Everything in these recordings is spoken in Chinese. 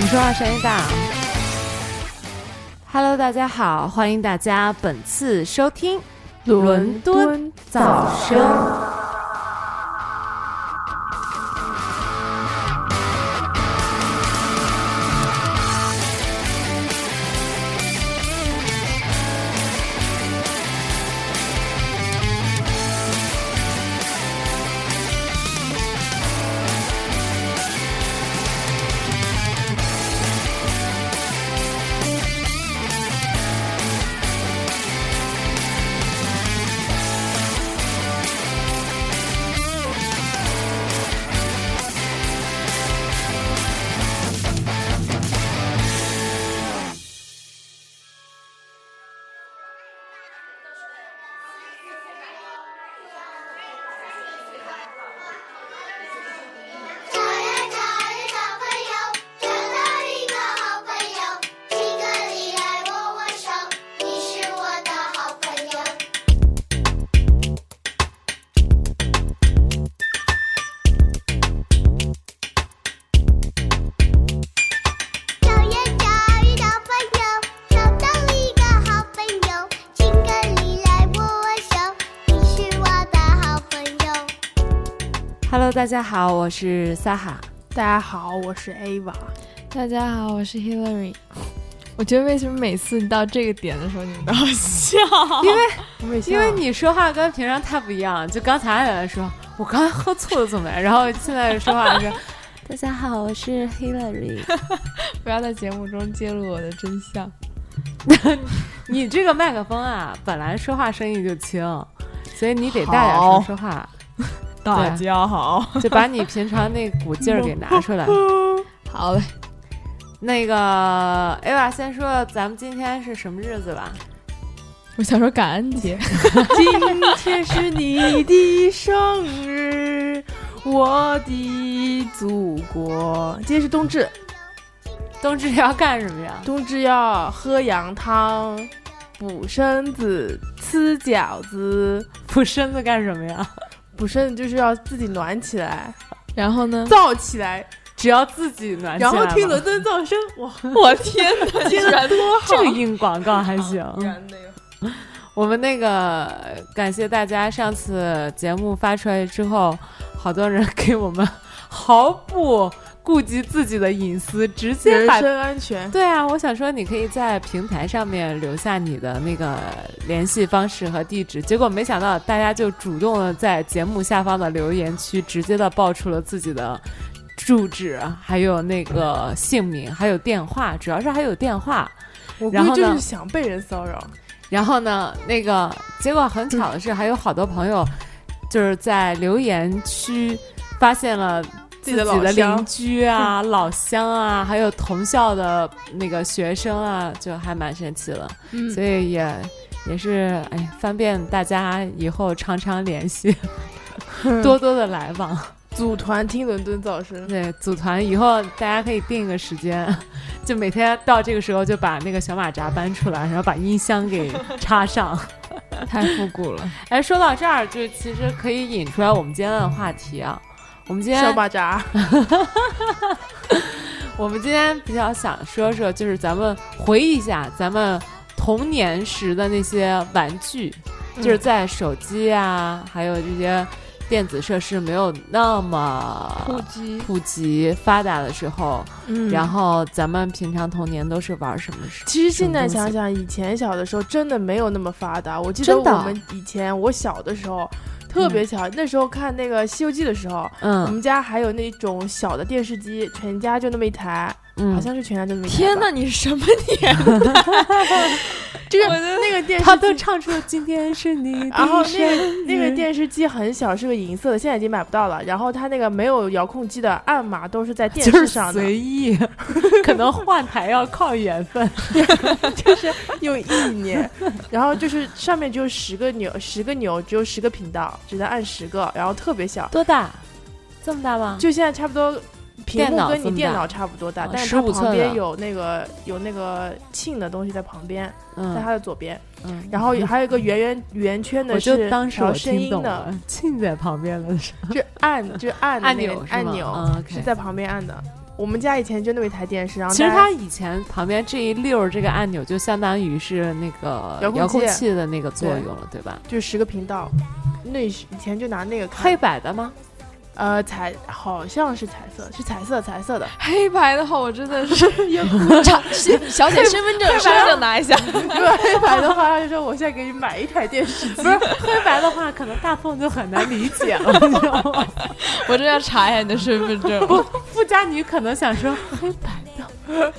你说话声音大。Hello，大家好，欢迎大家本次收听伦敦噪声。找呀找呀找朋友，找到一个好朋友，请个你来握握手，你是我的好朋友。找呀找呀找朋友，找到一个好朋友，请个你来握握手，你是我的好朋友。 Hello，大家好，我是萨哈。大家好，我是 Ava。大家好，我是 Hillary。我 觉得为什么每次到这个点的时候你们都要笑？因为我们也希因望为你说话跟平常太不一样，就刚才还在那说，我刚才喝醋了怎么样？ 然后现在说话是， 大家好，我是 Hillary。不要在节目中揭露我的真相。 你这个麦克风啊，本来说话声音就轻，所以你得大点声说话，大家好，就把你平常那股劲儿给拿出来。好嘞，那个 Ava 先说，咱们今天是什么日子吧？我想说感恩节，今天是你的生日，我的祖国。今天是冬至，冬至要干什么呀？冬至要喝羊汤、补身子、吃饺子。补身子干什么呀？ 补身子就是要自己暖起来、然后呢？燥起来，只要自己暖起来然吗。后听伦敦噪声。哇，我天哪，居然多 这个硬广告还 行。的哟！我们那个感谢大家，上次节目发出来之后，好多人给我们毫不顾及自己的隐私，直接人把。身安全。对啊，我想说，你可以在平台上面留下你的那个联系方式和地址。结果没想到，大家就主动的在节目下方的留言区直接的报出了自己的住址，还有那个姓名，还有电话，主要是还有电话。我估然后计就呢是想被人骚扰。然后呢，那个结果很巧的是，还有好多朋友就是在留言区发现了。自己的老乡邻居啊、老乡啊，还有同校的那个学生啊，就还蛮神奇的，嗯所以也也是哎，方便大家以后常常联系， 多多的来往。组团听伦敦噪声，对，组团以后大家可以定一个时间， 就每天到这个时候就把那个小马扎搬出来，然后把音箱给插上。太复古了。 哎，说到这儿，就其实可以引出来我们今天的话题啊。我们今小天，巴扎。我们今天比较想说说，就是咱们回忆一下咱们童年时的那些玩具，嗯就是在手机啊，还有这些电子设施没有那么及普及发达的时候，嗯然后咱们平常童年都是玩什么事？其实现在想想，以前小的时候真的没有那么发达。我记得真的我们以前我小的时候特别小，那时候看那个《西游记》的时候，我嗯们家还有那种小的电视机，全家就那么一台，嗯，好像是全家就没。天哪，哪，你什么年代？这个那个电视他都机唱出了今天是 你的 然后那生个那日个电视机很小，是个银色的，现在已经买不到了。然后它那个没有遥控机的按码都是在电就视是上的，随意， 可能换台要靠缘 分。又一 年。然后就是上面只有十个钮，十个钮只有十个频道，只能按十个，然后特别小，多大？这么大吗？就现在差不多。屏电幕脑跟这你么电大脑差不多大，哦但是它15旁寸边的有那个有那个庆的东西在旁边，在嗯它的左边，嗯，然后还有一个圆圆圆圈的我是就当时调我声听音懂的，了，庆在旁边了是就按就按按那个钮是按吗钮嗯，OK 是在旁边按的。我们家以前就那么一台电视，然后其实大家它以前旁边这一溜儿这个按钮，就相当于是那个遥控器遥控器的那个作用了，对吧？就十个频道，那以前就拿那个看黑，白的 吗？呃，彩好像是彩色，是彩色彩色的， 黑白的话，我真的是查是 小姐身份证身份证拿一下。如果黑白的话，他就说我现在给你买一台电视机，不是黑白的话，可能大凤就很难理解了，你知道吗？我真要查一下你的身份证，富家女可能想说黑白的，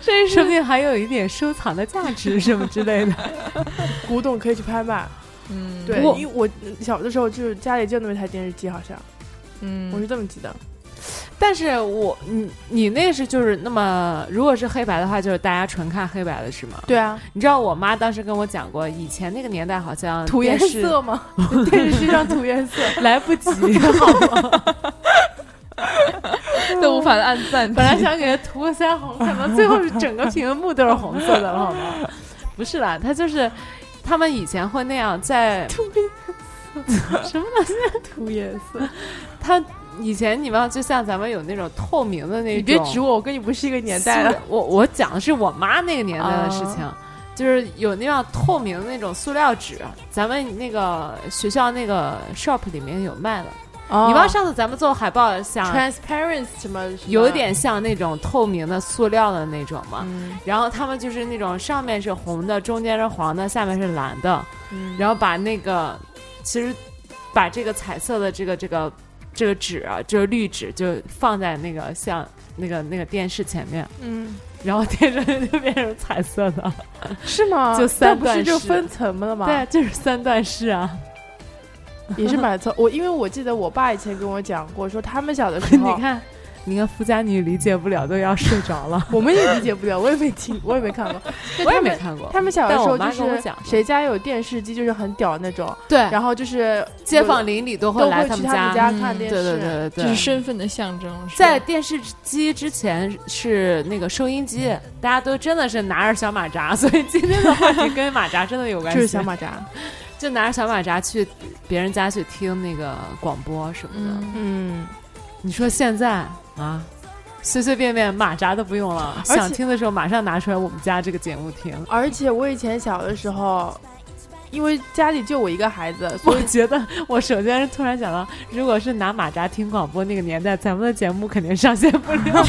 这说是不定还有一点收藏的价值什么之类的。 古董可以去拍卖。嗯对不，过因为我小的时候就是家里就那么一台电视机，好像我嗯是这么记得。但是我你你那是就是那么，如果是黑白的话，就是大家纯看黑白的是吗？对啊，你知道我妈当时跟我讲过，以前那个年代好像涂颜电视色吗？ 电视机上涂颜色，来不 及，好吗？都无法按赞。本来 想给它涂个腮红，可能最后是整个屏幕都是红色的了，好吗？不是啦，他就是他们以前会那样在什么东西涂颜色。他。以前你们就像咱们有那种透明的那种，你别指我，我跟你不是一个年代啊塑的。料我我讲的是我妈那个年代的事情，就是有那样透明的那种塑料纸，咱们那个学校那个 shop 里面有卖的。哦你忘上次咱们做海报想。 transparent 什么？什么有一，点像那种透明的塑料的那种嘛，嗯然后他们就是那种上面是红的，中间是黄的，下面是蓝的，嗯，然后把那个其实把这个彩色的这个这个这个纸啊，就是绿纸，就放在那个像那个那个电视前面，嗯，然后电视就变成彩色的，是吗？就三那不是段就式分层了吗？对，啊就是三段式啊。也是买错。我因为我记得我爸以前跟我讲过，说他们小的 时你候，看，你看富家女理解不了，都要睡着了。 我们也理解不了，我也没听，我也没看过。我也没看过，他们小的时但我候妈就跟我是讲过谁家有电视机就是很屌那种，对，然后就是街坊邻里都有都来会们去他家们家看嗯对电视。对对对这对，是身份的象征，是吧在电视机之前是那个收音机，大家都真的是拿着小马扎， 所以今天的话题跟马扎真的有关系，就是小马扎，就拿着小马扎去别人家去听那个广播什么的。嗯，嗯，你说现在啊，随随便便马扎都不用了，而且想听的时候马上拿出来我们家这个节目听。而且我以前小的时候，因为家里就我一个孩子，所 我以觉得，我首先是突然想到，如果是拿马扎听广播那个年代，咱们的节目肯定上线不了。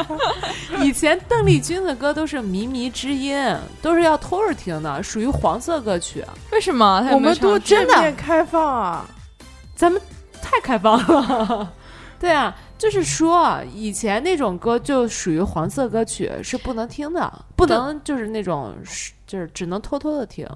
以前邓丽君的歌都是靡靡之音，都是要偷着听的，属于黄色歌曲。为什么？他有我没有们多尝试正真的面开放啊！咱们太开放 了，对啊，就是说以前那种歌就属于黄色歌曲，是不能听的，不能就是那种就是只能偷偷的听。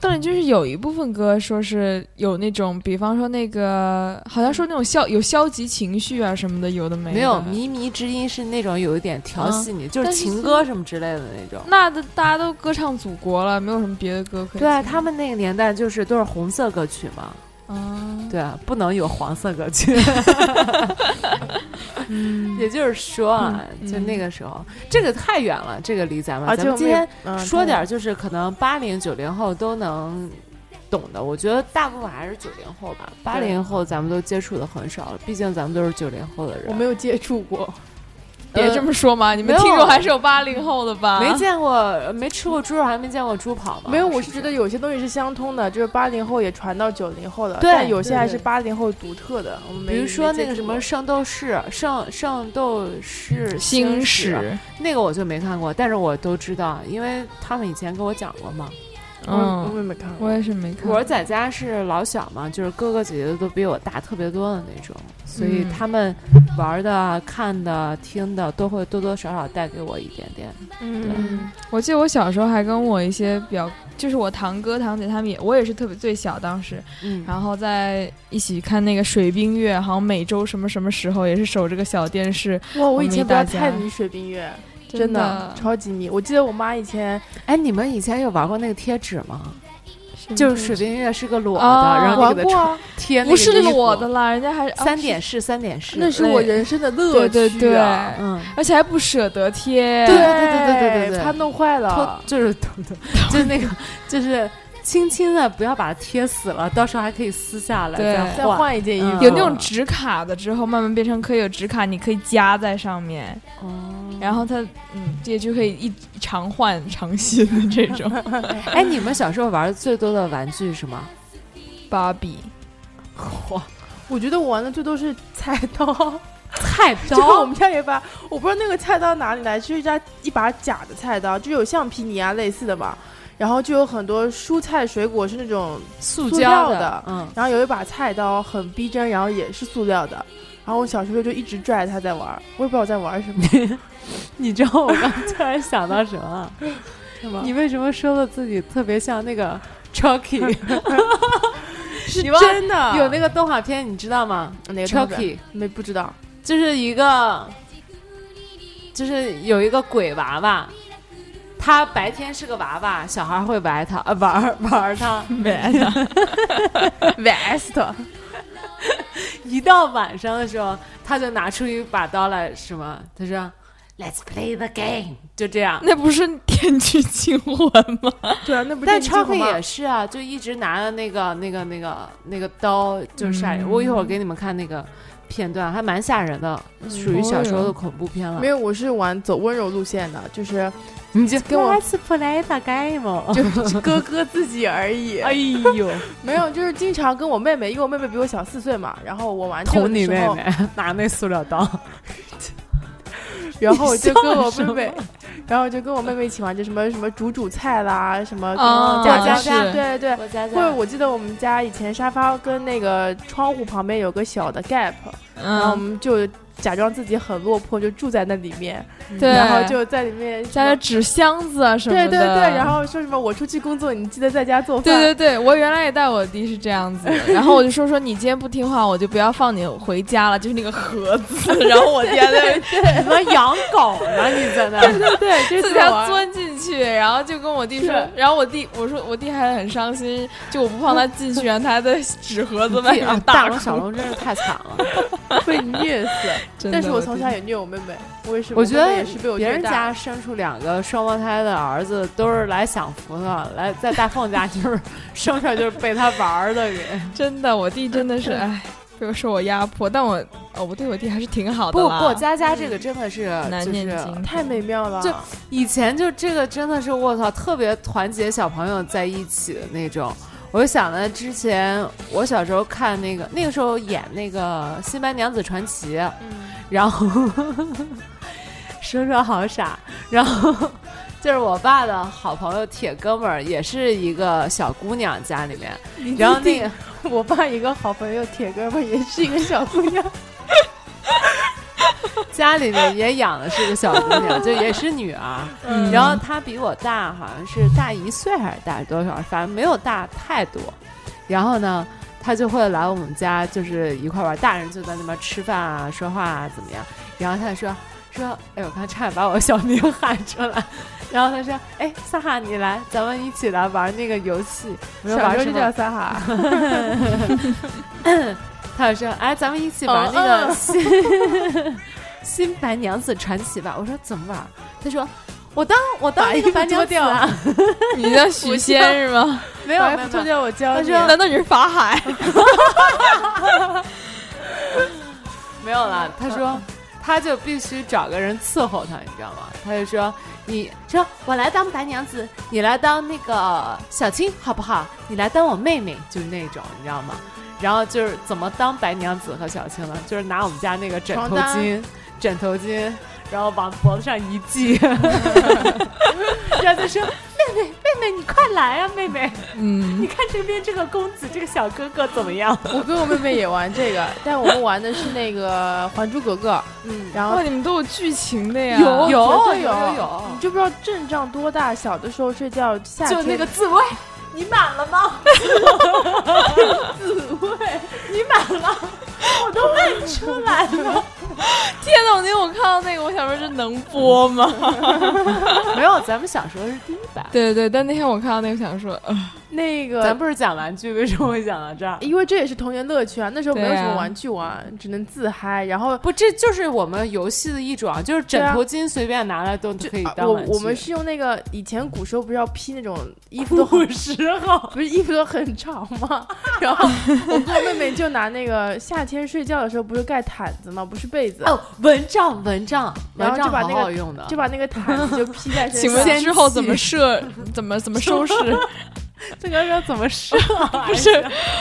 当然，就是有一部分歌说是有那种，比方说那个，好像说那种消有消极情绪啊什么的，有的没的嗯没有靡靡之音是那种有一点调戏你，就是但是情现歌什么之类的那种。那的大家都歌唱祖国了，没有什么别的歌可以。对啊，他们那个年代就是都是红色歌曲嘛，啊，对啊，不能有黄色歌曲。 也就是说啊，嗯就那个时候，这个太远了，这个离咱们，而啊咱且们我今们也天嗯说点儿就是可能八零九零后都能懂的，我觉得大部分还是九零后吧，八零后咱们都接触的很少了，毕竟咱们都是九零后的人，我没有接触过，别这么说嘛，你们呃没有听众还是有八零后的吧？没见过，呃没吃过猪肉，还没见过猪跑嘛。没有，我是是觉得有些东西是相通的，就是八零后也传到九零后了，对但有些还对是八零后独特的。我们没比如说没接那个什触过么《圣斗士》《圣圣斗士星矢》矢，那个我就没看过，但是我都知道，因为他们以前跟我讲过嘛。嗯，我嗯，也没看过我。也是没看。我在家是老小嘛，就是哥哥姐姐都比我大特别多的那种，所以嗯他们玩的、看的、听的，都会多多少少带给我一点点。嗯，我记得我小时候还跟我一些表，就是我堂哥堂姐他们也，我也是特别最小当时，嗯，然后在一起看那个水冰月，好像每周什么什么时候也是守这个小电视，哇，我以们前一不要大家太迷水冰月，真的超级迷。我记得我妈以前哎，你们以前有玩过那个贴纸吗？嗯就是水冰月是个裸的，啊然后 玩你给它过啊，贴那个不是衣服裸的啦，人家还是啊三点，式，三点式，那是我人生的乐对趣对啊。哎对，嗯。而且还不舍得贴，对对对对对对对怕弄坏偷了。就是偷偷，就是那个，就是轻轻的，不要把它贴死了，到时候还可以撕下来对再再换。换一件衣嗯服，有那种纸卡的，之后慢慢变成可以有纸卡，你可以夹在上面，哦，然后它嗯，这就可以一常换常新的这种。 哎，你们小时候玩的最多的玩具是什么？芭 比，我觉得我玩的最多是菜刀，菜 就是我刀们。家有一把，我不知道那个菜刀哪里来，就是一家一把假的菜刀，就有橡皮泥啊类似的嘛。然后就有很多蔬菜水果是那种，塑塑胶料的嗯，然后有一把菜刀很逼真，然后也是塑料的。然后我小时候就一直拽着它在玩儿，我也不知道我在玩儿什么。嗯 你知道我刚突然想到什 么？是吗你为什么说的自己特别像那个 Chucky？ 是你忘真的有那个动画片，你知道吗哪个动画片？Chucky 没不知道就是一个，就是有一个鬼娃娃，他白天是个娃娃，小孩会玩他，呃，玩儿玩儿他， ，West 一到晚上的时候，他就拿出一把刀来，什么？他说，Let's play the game，就这样。那不是电锯惊魂 吗？对啊，那不是但超 Chucky 也是啊，就一直拿着那个、那个、那个、那个刀，就吓人。嗯我一会儿给你们看那个片段，还蛮吓人的，属于小时候的恐怖片了。没有，我是玩走温柔路线的， 就是你就跟我 Let's play the game。就哥哥自己 而已，哎 呦，没有，就是经常跟我妹妹，因为我妹妹比我小四岁嘛，然后我玩这个捅的你时妹候，妹，拿那塑料刀。然后我就你笑跟我什妹么妹，然后我就跟我妹妹一起玩，就什么什么煮煮菜啦，什么啊家家是家，对对。我家或者我记得我们家以前沙发跟那个窗户旁边有个小的 gap，然后我嗯，们就假装自己很落魄，就住在那里面，对，然后就在里面什加么点纸箱子啊什么对的。对对，然后说什么我出去工作，你记得在家做饭。对对对，我原来也带我弟是这样子，然后我就说说你今天不听话，我就不要放你回家了，就是那个盒 子，然后我弟还在你们养狗呢？你在 那？对对，这自己次要我钻进去，然后就跟我弟说是，然后我弟我说我弟还很伤心，就我不放他进去，然后他还在纸盒子外 面大龙哭，小龙真是太惨了。被虐死。真的但是我从弟小也虐我妹妹，我也是，我我觉妹妹得也是被我别虐人大家生出两个双胞胎的儿子，都是来享福的，来在大凤家就是 生出来就是被他玩儿的人。真的我弟真 的是哎，被我受我压迫，但我哦我对我弟还是挺好的不啦嗯不，佳佳这个真的是难就念是经，太美妙了。就以前就这个真的是我操，特别团结小朋友在一起的那种。我就想了，之前我小时候看那个，那个时候演那个《新白娘子传奇》，然后 说说好傻，然后就是我爸的好朋友铁哥们儿，也是一个小姑娘家里面，然后 那个我爸一个好朋友铁哥们儿也是一个小姑 娘，家里面也养的是个小姑娘，就也是女儿，嗯然后她比我大，好像是大一岁还是大多少，反正没有大太多。然后呢，她就会来我们家，就是一块玩，大人就在那边吃饭啊、说话啊，怎么样？然后她就说说，哎呦，我刚差点把我小名喊出来。 然后她说，哎，萨哈，你来，咱们一起来玩那个游戏。我说小玩时候什就么叫？撒 哈，她就说，哎，咱们一起玩那个新、 新白娘子传奇吧。我说怎么玩？她说。我当我当那个白娘子、啊，你叫许仙是吗？没有把没有没脱有，掉我教你。啊难道你是法海？没有啦。他说，他就必须找个人伺候他，你知道吗？他就说，你说我来当白娘子，你来当那个小青好不好？你来当我妹妹，就是那种，你知道吗？然后就是怎么当白娘子和小青呢？就是拿我们家那个枕头床单巾，枕头巾，然后往脖子上一系，然后就说妹妹妹妹，你快来啊，妹 妹！嗯 你，看这边这个公子，这个小哥哥怎么样？我跟我妹妹也玩这个， 但我们玩的是那个《还珠格格》，嗯，然后哇，你们都有剧情的呀，有绝有对有有有你，就不知道阵仗多大。小的时候睡觉，夏天就那个自慰，你满了 吗？自慰，你满了，我都问出来了。天呐，我那天我看到那个，我想说这能播 吗？没有，咱们小时候是第一版。对对对，但那天我看到那个，想说，呃那咱个，不是讲玩具，为什么会讲到这儿？因为这也是童年乐趣啊。那时候没有对什啊么玩具玩，只能自嗨。然后不，这就是我们游戏的一种啊，就是枕对啊头巾随便拿来都就可以啊当我玩具。我们是用那个以前古时候不是要披那种衣服都很古时候，不是衣服都很长吗？然后我跟我妹妹就拿那个夏天睡觉的时候不是盖毯子吗？不是被子， 哦，蚊帐，蚊帐，然后蚊帐就把好那个好用的，就把那个毯子就披在身上。请问之后怎么设，怎么怎么收拾？ 这个要 怎么设？啊不是，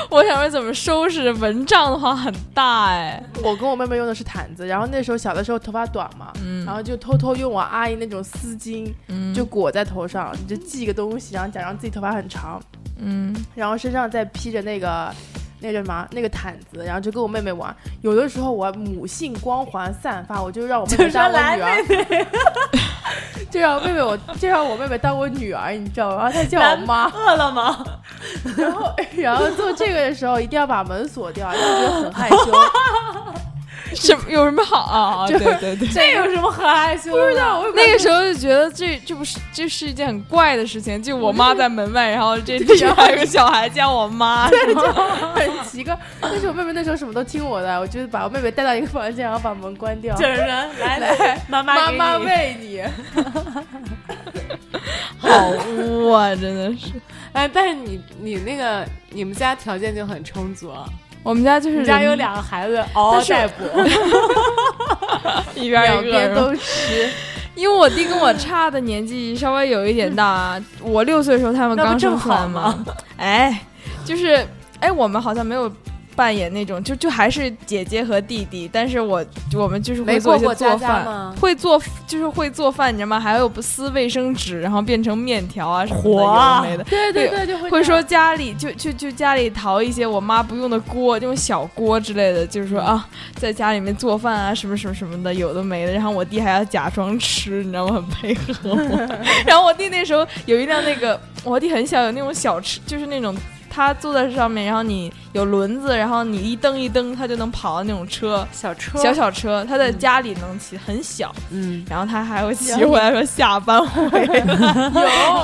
我想问怎么收拾蚊帐的话很大哎，我跟我妹妹用的是毯子，然后那时候小的时候头发短嘛，嗯然后就偷偷用我阿姨那种丝巾，嗯就裹在头上，你就系一个东西，然后假装自己头发很长，嗯，然后身上再披着那个。那个叫什么？啊那个毯子，然后就跟我妹妹玩。有的时候我母性光环散发，我就让我妹妹当我女儿，就让我妹妹我就让我妹妹当我女儿，你知道吗？然后她叫我妈，饿了吗？然后然后做这个的时候一定要把门锁掉，因为我觉得很 害羞。什么有什么好啊？就对对 对。这有什么可害羞的？不知道， 我那个时候就觉得这这不是这是一件很怪的事情，就我妈在门外，然后 这这边还有个小孩叫我妈，很奇怪。但是我妹妹那时候什么都听我的，我就把我妹妹带到一个房间，然后把门关掉。整人来 来，妈妈妈给妈你喂你，好污啊！真的是，哎，但是你你那个你们家条件就很充足，啊，我们家就是你家人有两个孩子嗷嗷嗯但是待哺，一边两儿一个边是吧，都吃。 因为我弟跟我差的年纪稍微有一点大，我六岁的时候他们那不刚生正出来好 嘛，哎，就是哎，我们好像没有。扮演那种就就还是姐姐和弟弟，但是我我们就是会没过做一些过做家家饭，吗？会做就是会做饭，你知道吗？还有不撕卫生纸，然后变成面条啊什么的，火啊有的没的。对对对，就会会这样说家里就就就家里淘一些我妈不用的锅，这种小锅之类的，就是说嗯啊，在家里面做饭啊，什么什么什么的，有的没的。然后我弟还要假装吃，你知道吗？很配合 我。然后我弟那时候有一辆那个，我弟很小，有那种小吃，就是那种他坐在上面，然后你有轮子，然后你一蹬一蹬，他就能跑的那种车，小车，小小车，他在嗯家里能骑，很小。嗯，然后他还会骑回来说下班回来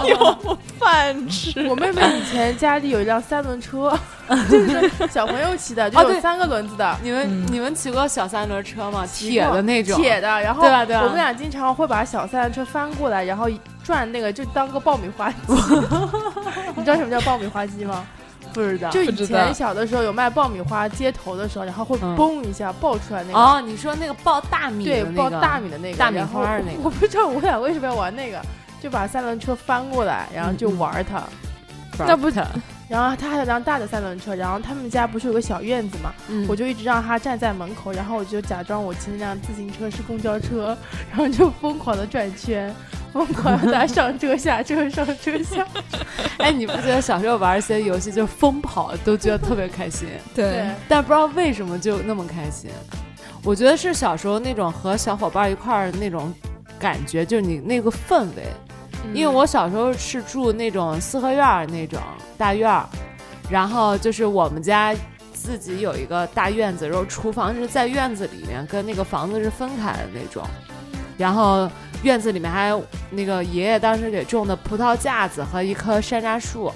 有饭吃。我妹妹以前家里有一辆三轮车， 就是小朋友骑的，就哦对有三个轮子的，你们嗯你们骑过小三轮车吗？骑铁过的那种，铁的。然后对啊吧对吧我们俩经常会把小三轮车翻过来，然后转那个就当个爆米 花机。 你知道什么叫爆米花机吗？啊不知道。就不以知前道小的时候有卖爆米花，街头的时候，然后会嗯嘣一下爆出来那个。哦，你说那个爆大米对的，那爆个大米的那个大米然后花儿那个我不知道我俩为什么要玩那个，就把三轮车翻过来，然后就嗯嗯玩它。那不然后他还有辆大的三轮车，然后他们家不是有个小院子嘛，嗯我就一直让他站在门口，然后我就假装我骑那辆自行车是公交车，然后就疯狂的转圈，疯狂的他上车下车上车 下。哎，你不觉得小时候玩一些游戏就是疯跑都觉得特别开心，嗯对，但不知道为什么就那么开心？我觉得是小时候那种和小伙伴一块儿那种感觉，就是你那个氛围。因嗯为我小时候是住那种四合院儿那种大院儿，然后就是我们家自己有一个大院子，然后厨房是在院子里面，跟那个房子是分开的那种。然后院子里面还有那个爷爷当时给种的葡萄架子和一棵山楂树，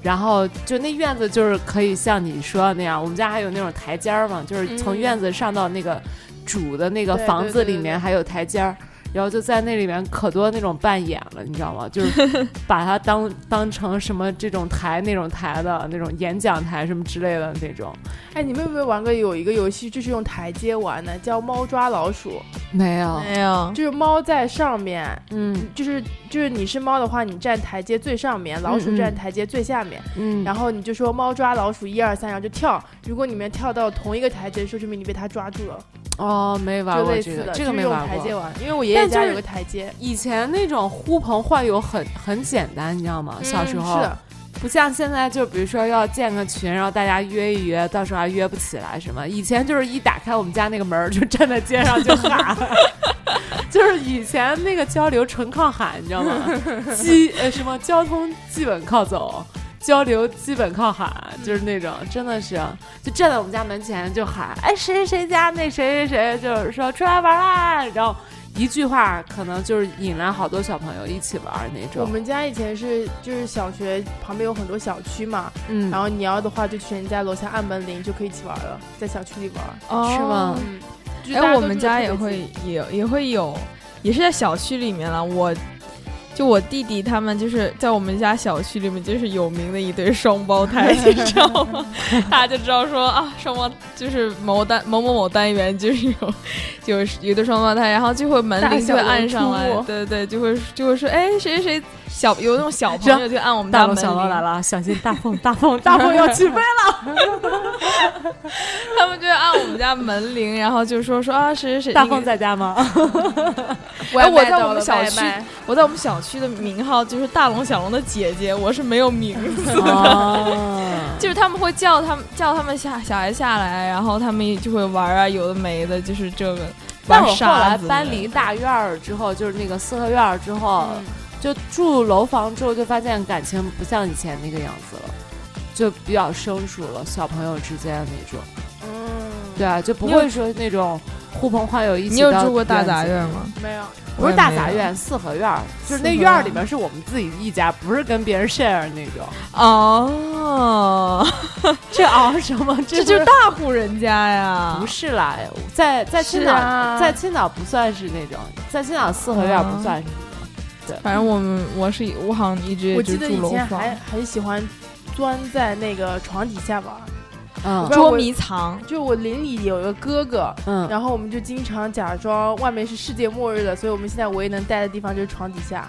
然后就那院子就是可以像你说的那样，我们家还有那种台阶儿嘛，就是从嗯院子上到那个主的那个对房对子对里对面对还有台阶儿。然后就在那里面可多那种扮演了，你知道吗？就是 把它当当成什么这种台那种台的那种演讲台什么之类的那种，哎，你们有没有玩过有一个游戏，就是用台阶玩的，叫猫抓老鼠，没有，没有，就是猫在上面，嗯就是就是你是猫的话，你站台阶最上面，老嗯鼠嗯站台阶最下面，嗯，然后你就说猫抓老鼠一二三，然后就跳。如果你们跳到同一个台阶，说明你被它抓住了。哦，没玩就过类这似个，的，这就个是没用玩台阶过。玩，因为我爷爷但就家是有个台阶，以前那种呼朋唤友很很简单，你知道吗？小时候嗯是的，不像现在，就比如说要建个群，然后大家约一约，到时候还约不起来什么。以前就是一打开我们家那个门儿，就站在街上就喊， 就是以前那个交流纯靠喊，你知道吗？基呃什么交通基本靠走，交流基本靠喊，就是那种真的是就站在我们家门前就喊，哎谁谁谁家那谁谁谁，就是说出来玩儿啦，然后一句话可能就是引来好多小朋友一起玩儿那我种。们家以前是就是小学旁边有很多小区嘛，嗯，然后你要的话就去人家楼下按门铃就可以一起玩了，在小区里玩。哦是吗嗯，就是大哎，都我们住得家特也别会近也也会有，也是在小区里面了。我就我弟弟他们就是在我们家小区里面，就是有名的一对双胞胎， 你知道吗？大家就知道说啊，双胞就是某单某某某单元就是有有有一对双胞胎，然后就会门大铃就会小按龙上出来没，对对，就会就会说哎谁谁谁小有那种小朋啊友就按我 们大家门龙铃，小龙来了，小心大风！大风！大风要起飞 了！他们就会按我们家门铃，然后就说说啊谁谁谁大那个风在家 吗？外哎我卖在我到们了小外区卖我在我们小区的名号就是大龙、小龙的姐姐，我是没有名 字的。哦就是他们会叫他们叫他们下小孩下来，然后他们就会玩啊，有的没的，就是这个 但玩我后沙来子。搬离大院儿之后，就是那个四合院儿之后，呃嗯就住楼房之后，就发现感情不像以前那个样子了，就比较生疏了，小朋友之间的那种。嗯，对啊，就不你有会说那种呼朋唤友一起。你有住过大杂院？吗？没有，不我是也大没杂有院，四合院儿，就是四那合院儿院里边是我们自己一家，不是跟别人 share 那种。哦， 这熬什么？这就就是是大户人家呀。不是啦，在在青是岛，啊在青岛不算是那种，在青岛四合院不算是那种。反正我们我是我好像一直我也就记得住以楼前房还，很喜欢钻在那个床底下玩儿，嗯不是捉我迷藏。就我邻里有一个哥哥，嗯，然后我们就经常假装外面是世界末日了，所以我们现在唯一能待的地方就是床底下。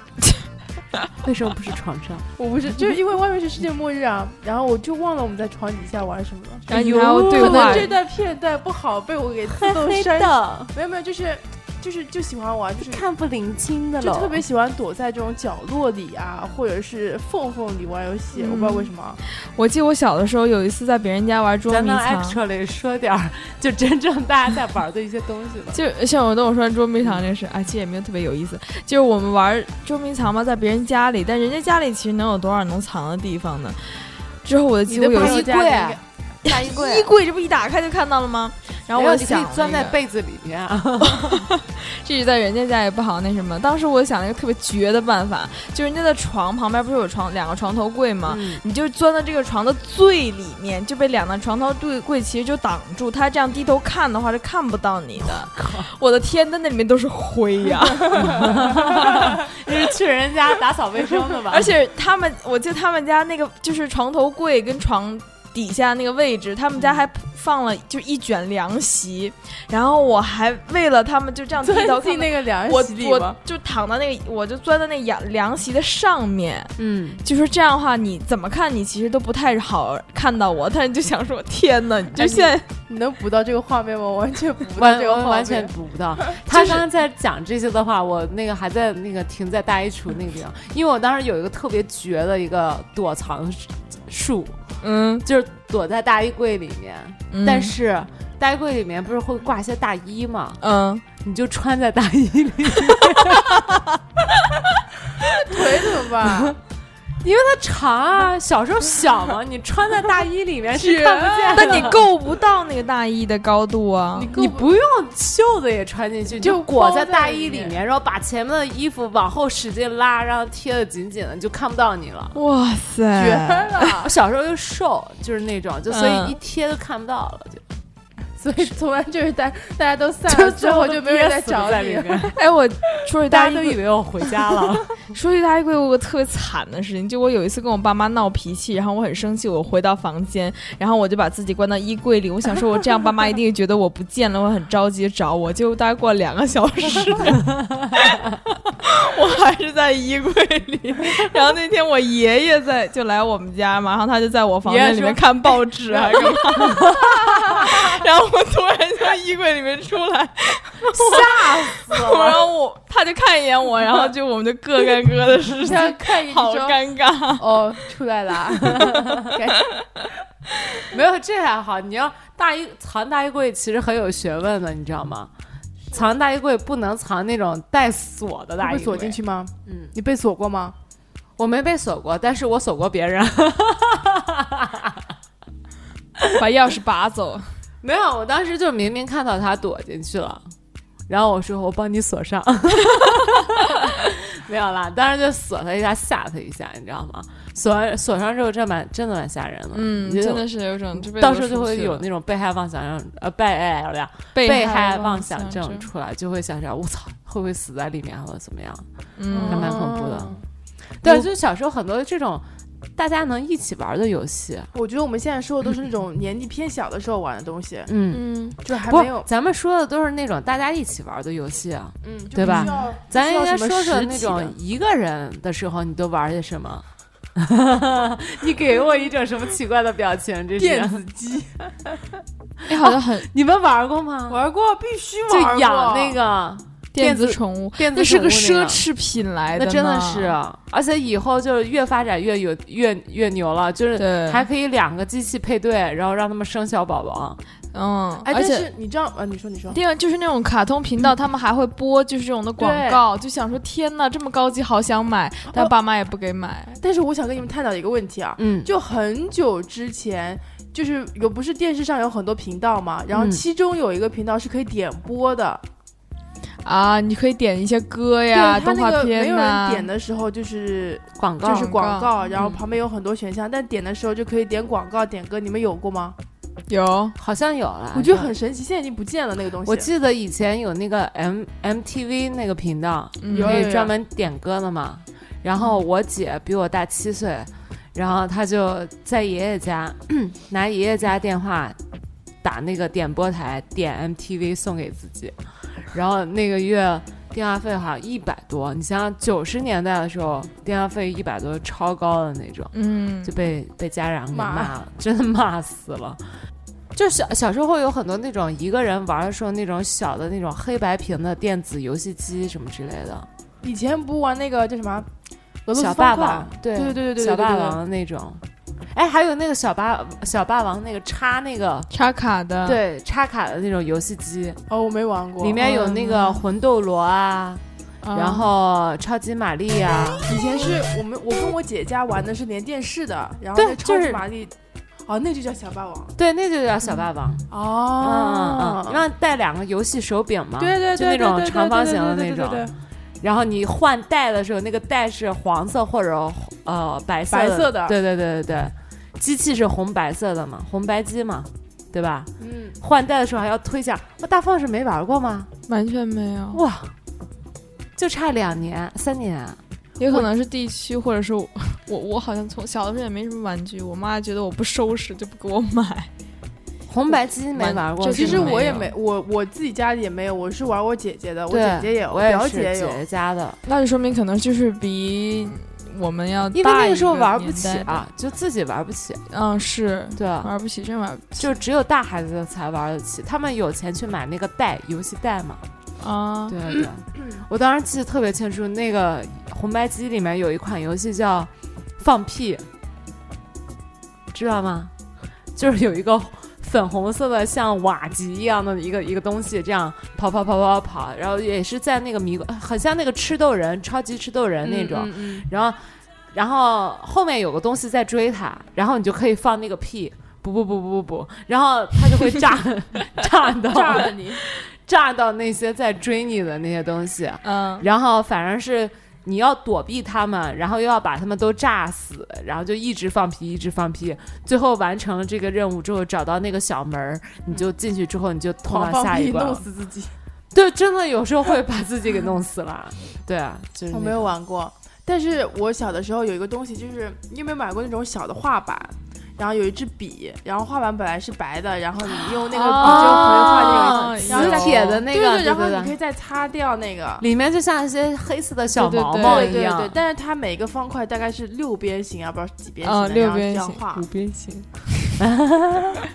为什么不是床上？我不是，就是因为外面是世界末日啊， 然后我就忘了我们在床底下玩什么了。然后你还要对可话能，这段片段不好被我给自 动删除，的，没有没有，就是就是就喜欢玩，就是看不灵清的就了，特别喜欢躲在这种角落里啊，或者是缝缝里玩游戏，我不知道为什么。我记得我小的时候有一次在别人家玩捉咱迷能藏， actually 说点儿，就真正大家在玩的一些东西 吧。就像我跟我说捉迷藏这事，啊，其实也没有特别有意思。就是我们玩捉迷藏嘛，在别人家里，但人家家里其实能有多少能藏的地方呢？之后我就记得我有朋一友次衣柜啊大衣啊衣柜，这不一打开就看到了吗？然后我你可想以钻在哎那个被子里面啊，这是在人家家也不好那什么。当时我想了一个特别绝的办法，就人家的床旁边不是有床两个床头柜吗？ 你就钻到这个床的最里面，就被两个床头柜柜其实就挡住。他这样低头看的话是看不到你的。我的天，那那里面都是灰呀、就是去人家打扫卫生的吧。 而且他们，我记得他们家那个就是床头柜跟床底下那个位置，他们家还放了就一卷凉席，然后我还为了他们就这样低头钻看进到。那个凉 我席里我吗？就躺到那个，我就钻到那凉凉席的上面，嗯，就说这样的话，你怎么看你其实都不太好看到我，但是就想说，天哪，你就哎现在你能补到这个画面吗？我完全补不到完这个画完面，完全补不 到。他刚刚在讲这些的话，我那个还在那个停在大衣橱那个地方，因为我当时有一个特别绝的一个躲藏术，嗯，就是躲在大衣柜里面，嗯但是大衣柜里面不是会挂一些大衣嘛，嗯，你就穿在大衣里， 腿怎么办？因为它长啊，小时候小嘛，你穿在大衣里面是看不见的，但你够不到那个大衣的高度啊，你够你不用袖子也穿进去，你就就裹包在在大里衣里面面，然后把前面的衣服往后使劲拉，让它贴的紧紧的，你就看不到你了。哇塞，绝 了！我小时候又瘦，就是那种，就所嗯以一贴都看不到了，就 所以从来就是大大家都散了之后，就没有人再找在你里 了。面，哎，我说起大 大家衣都以柜，为我回家了。说起大衣柜，我有个特别惨的事情，就我有一次跟我爸妈闹脾气，然后我很生气，我回到房间，然后我就把自己关到衣柜里，我想说我这样爸妈一定会觉得我不见了，我很着急找我，结果大概过了两个小时， 我还是在衣柜里。然后那天我爷爷在就来我们家嘛，然后他就在我房爷爷间里面说看报纸，还干嘛？啊 然后我突然从衣柜里面出来，吓死我 然了！后我他就看一眼我，然后就我们就各干各的事情，像看一好周尴尬。哦，出来 了啊， 没有，这还好。你要大衣藏大衣柜，其实很有学问的，你知道吗？藏大衣柜不能藏那种带锁的大衣被柜，锁进去吗？嗯，你被锁过吗？我没被锁过，但是我锁过别人。 把钥匙拔走，没有，我当时就明明看到他躲进去了，然后我说我帮你锁上，没有啦，当时就锁他一下，吓他一下，你知道吗？锁完锁上之后，真蛮真的蛮吓人的，嗯，你就真的是有种这辈子到时候就都出会去有了那种被害妄想症，呃，被哎哎呀，被被害妄想想症出来，就会想着我操，会不会死在里面啊或者怎么样？还嗯，蛮恐怖的嗯。对，我就是小时候很多这种大家能一起玩的游戏，我觉得我们现在说的都是那种年纪偏小的时候玩的东西，嗯，嗯，就还不没有，，咱们说的都是那种大家一起玩的游戏啊。嗯，就对吧不需要？咱应不需该要说什么说实那体的种一个人的时候，你都玩些什么？ 你给我一种什么奇怪的表情？这电是子机，哎，好像很 你们玩过吗？玩过必须玩过，就养那个电子子宠物，电子那是宠物个奢个，侈品来那呢真的是，而且以后就是越发展越有越越牛了，就是对，还可以两个机器配对，然后让他们生小宝宝。嗯，哎，而但且。是你知道啊？你说你说，另外就是那种卡通频道，他们还会播就是这种的广告，就想说天呐，这么高级，好想买，哦但爸妈也不给买。但是我想跟你们探讨一个问题啊，嗯，就很久之前，就是有不是电视上有很多频道嘛，然后嗯其中有一个频道是可以点播的，啊，你可以点一些歌对啊呀、它动那画个没片有人呐、点的时候就是广告就是广广告，嗯然后旁边有很多选项，但点的时候就可以点广告点歌，你们有过吗？有好像有了，我觉得很神奇，现在已经不见了那个东西。我记得以前有那个 M MTV 那个频道，嗯可有以专门点歌的嘛。然后我姐比我大七岁，然后她就在爷爷家 拿爷爷家电话打那个点播台，点 MTV 送给自己，然后那个月。电话费好像一百多，你想想九十年代的时候，电话费一百多超高的那种，嗯就，被被家长给骂骂了， 真的骂死了。就小小时候会有很多那种一个人玩的时候那种小的那种黑白屏的电子游戏机什么之类的，以前不玩那个叫什么俄罗斯小方霸块王，对对对对对对小霸对对王的那种。哎，还有那个小霸小霸王那个插那个插卡嗯的，，对插卡的那种游戏机，哦，我没玩过。里面有那嗯个魂斗罗啊，啊、然后超级玛丽啊，以前是我们我跟我姐家玩的是连电视的，然后对那超就级是玛丽，哦，那就叫小霸王 对，那就叫小霸王。嗯嗯哦嗯，然后带两个游戏手柄嘛，对对对，就那对种对长对方对形的对那对对对种。对然后你换带的时候，那个带是黄色或者呃白色的，白色的对对对对对，机器是红白色的嘛，红白机嘛，对吧？嗯，换带的时候还要推一下。我大放是没玩过吗？完全没有，哇，就差两年三年，也可能是地区或者是我我我好像从小的时候也没什么玩具，我妈觉得我不收拾就不给我买。红白机没蛮玩过。这其是实吗没我也有没我我自己家里也没有，我是玩我姐姐的，我对姐姐也有，我也表是姐也姐有。姐家的， 那就说明可能就是比我们要因为大那一个时候玩不年起代吧。啊，就自己玩不起，嗯，是对啊，玩不起，真玩不起就只有大孩子才玩得起，他们有钱去买那个带游戏带嘛。啊。对 对，我当时记得特别清楚，那个红白机里面有一款游戏叫“放屁”，知道吗？就是有一个粉红色的像瓦吉一样的一个一个东西，这样跑跑跑跑跑，然后也是在那个迷，很像那个吃豆人、超级吃豆人那种，嗯嗯然后然后后面有个东西在追他，然后你就可以放那个屁。不不不不不不，然后它就会炸 炸到嗯炸了你！炸到那些在追你的那些东西，嗯，然后反正是你要躲避他们，然后又要把他们都炸死，然后就一直放屁，一直放屁，最后完成了这个任务之后，找到那个小门儿，你就进去之后，你就通狂到放下一屁， 关弄了。死自己。对，真的有时候会把自己给弄死了。对啊，就是我那没有玩过，但是我小的时候有一个东西，就是你有没有买过那种小的画板？然后有一支笔，然后画板本来是白的，然后你用那个笔就可哦以画那个，哦然后磁再铁的那对个，对对对，然后对你可以再擦掉那个。里面就像一些黑色的小对对毛对毛对一对样。对，但是它每个方块大概是六边形啊，不知道是几边形啊，的，六然后边这样形画、五边形，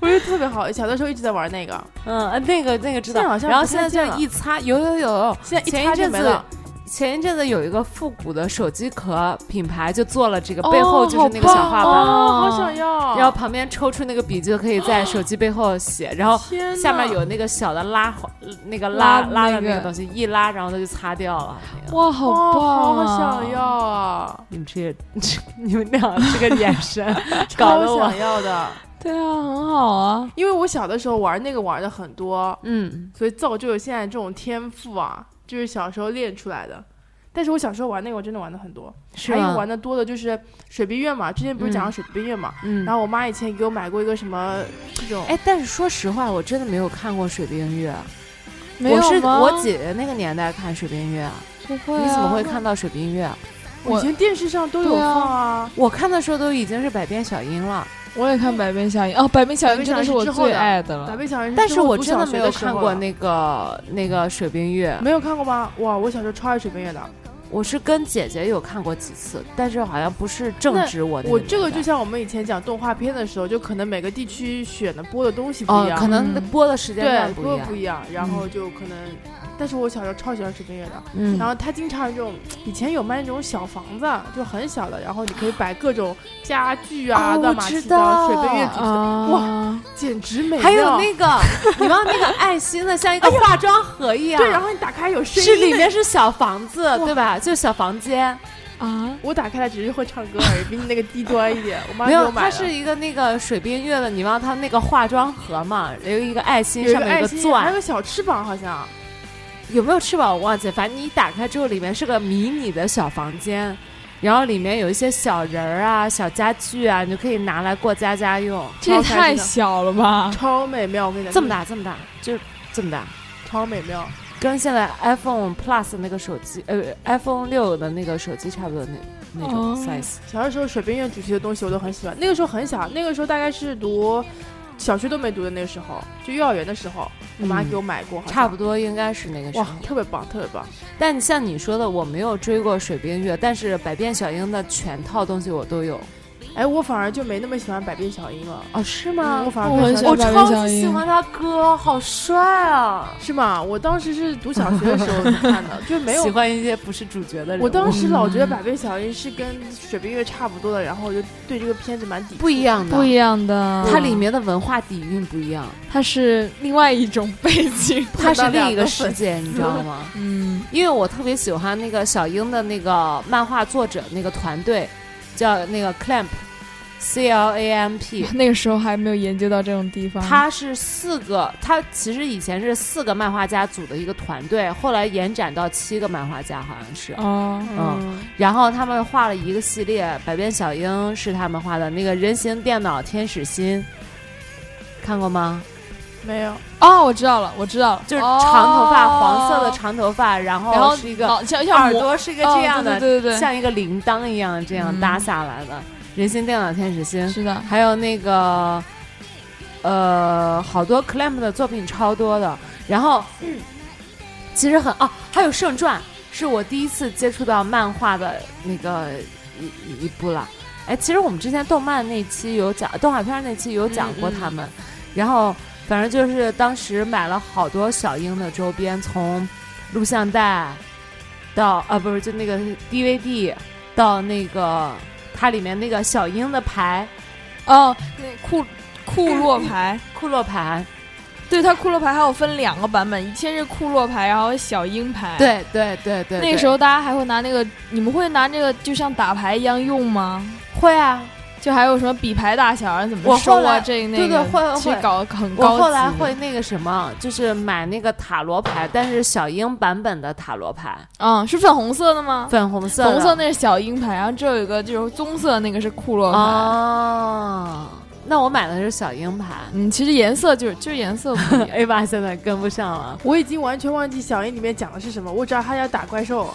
不是特别好。小的时候一直在玩那个，嗯，呃那个那个知道现在好，像然后不现太在见就了一擦，有有有，现在一前插一就阵没子了。前一阵子有一个复古的手机壳品牌就做了这个，哦背后就是那个好小棒画板，哦，好想要。然后旁边抽出那个笔就可以在手机背后写，然后天哪下面有那个小的拉环那个拉拉拉那的那个个东西，一拉然后它就擦掉了。那个哇，好哇棒、啊！好想要啊，你们这些，你们俩这个眼神搞 好得我想，要的。对啊，很好啊。 因为我小的时候玩那个玩的很多，嗯，所以造就了现在这种天赋啊，就是小时候练出来的。但是我小时候玩那个，我真的玩的很多，是还有吗玩？的多的就是水冰月嘛。之前不是讲到水冰月嘛，嗯然，后我妈以前给我买过一个什么这种，哎，但是说实话，我真的没有看过水冰月，没我是有吗？我姐姐那个年代看水冰月啊，不会、啊，你怎么会看到水冰月啊？我以前电视上都有对啊放啊。我看的时候都已经是百变小樱了，我也看《百变小樱》哦，《百变小樱百》变小樱真的是我是之后最的爱的百了。变小樱是但之是后我嗯读真小的学没有时候啊看过了那个那个水冰月，没有看过吗？哇，我小时候超爱水冰月的。我是跟姐姐有看过几次，但是好像不是正值我那我这个年就代像我们以前讲动画片的时候，就可能每个地区选的播的东西不一哦，样，可能嗯播的时间段对不播一的样不。一样，然后就可能。但是我小时候超喜欢水冰月的，嗯然后他经常有这种以前有卖那种小房子，就很小的，然后你可以摆各种家具啊，哦乱我码知七糟，水道嗯冰月主题的，啊哇简直美妙。还有那个，你忘了那个爱心的，像一个化妆盒一样。哎对，然后你打开有声是音里的，面是小房子，对吧？就是小房间，啊！我打开了只是会唱歌而已，比你那个低端一点。我妈没给有，我买它了是一个那个水冰月的，你忘了它那个化妆盒嘛？有一个爱心，有一上个面爱有心，还有钻，个小翅膀，好像。有没有翅膀我忘记，反正你一打开之后，里面是个迷你的小房间，然后里面有一些小人儿啊、小家具啊，你就可以拿来过家家用。这也超开太心的小了吧！超美妙，我跟你讲，嗯这么，大，这么大，就是这么大，超美妙。跟现在 iPhone Plus 那个手机，呃，iPhone 六的那个手机差不多那那种哦 size。小的时候水冰月主题的东西我都很喜欢，那个时候很小，那个时候大概是读小学都没读的那个时候，就幼儿园的时候，我妈嗯给我买过，好像差不多应该是那个时候哇，，特别棒，特别棒。但像你说的，我没有追过水冰月，但是百变小樱的全套东西我都有。哎，我反而就没那么喜欢百变小樱了。哦，是嗯我反而我更很喜喜欢欢百变小樱他哥，好帅啊！是吗？我当时是读小学的时候看 的，就没喜有。欢一些不是主角的人物。我当时老觉得百变小樱是跟水冰月差不多的，然后我就对这个片子蛮抵触。不一，样的，不一样的，它里面的文化底蕴不一样，它是另外一种背景。它是另一个世界，你知道吗？嗯，因为我特别喜欢那个小樱的那个漫画作者那个团队，叫那个 Clamp，C L A M P。那个时候还没有研究到这种地方。他是四个，他其实以前是四个漫画家组的一个团队，后来延展到七个漫画家，好像是。哦，嗯，然后他们画了一个系列，《百变小樱》是他们画的，那个人形电脑天使心，看过吗？没有。哦，我知道了，我知道了，就是长头发，哦黄色的，长头发，然然后后是一个脑像像耳魔朵是一个这样哦的，对对对对像一个铃铛一样这样嗯搭下来的、人形电脑天使心对，。是的，还有那个，呃，好多 Clamp 的作品超多的。然后，其实很哦，还有《圣传》是我第一次接触到漫画的那个一一一部了。哎，其实我们之前动漫那期有讲，动画片那期有讲过他们。然后，反正就是当时买了好多小樱的周边，从录像带到啊，不是就那个 DVD 到那个它里面那个小樱的牌。哦，那库库洛牌，库洛牌，对，它库洛牌还有分两个版本，先是库洛牌，然后小鹰牌。。对对对对，那个时候大家还会拿那个，你们会拿那个就像打牌一样用吗？会啊，就还有什么比牌大小啊，怎我么后收啊，来这那对个，对会会其实搞得很我高级。后来会那个什么，就是买那个塔罗牌，但是小樱版本的塔罗牌，嗯，是粉红色的吗？粉红色的，粉红色那是小鹰牌，然后这有一个就是棕色，那个是库洛牌。哦，那我买的是小樱牌嗯，其实颜色就是就是颜色不 一样。 ，A 八现在跟不上了，我已经完全忘记小樱里面讲的是什么，我只知道她要打怪兽，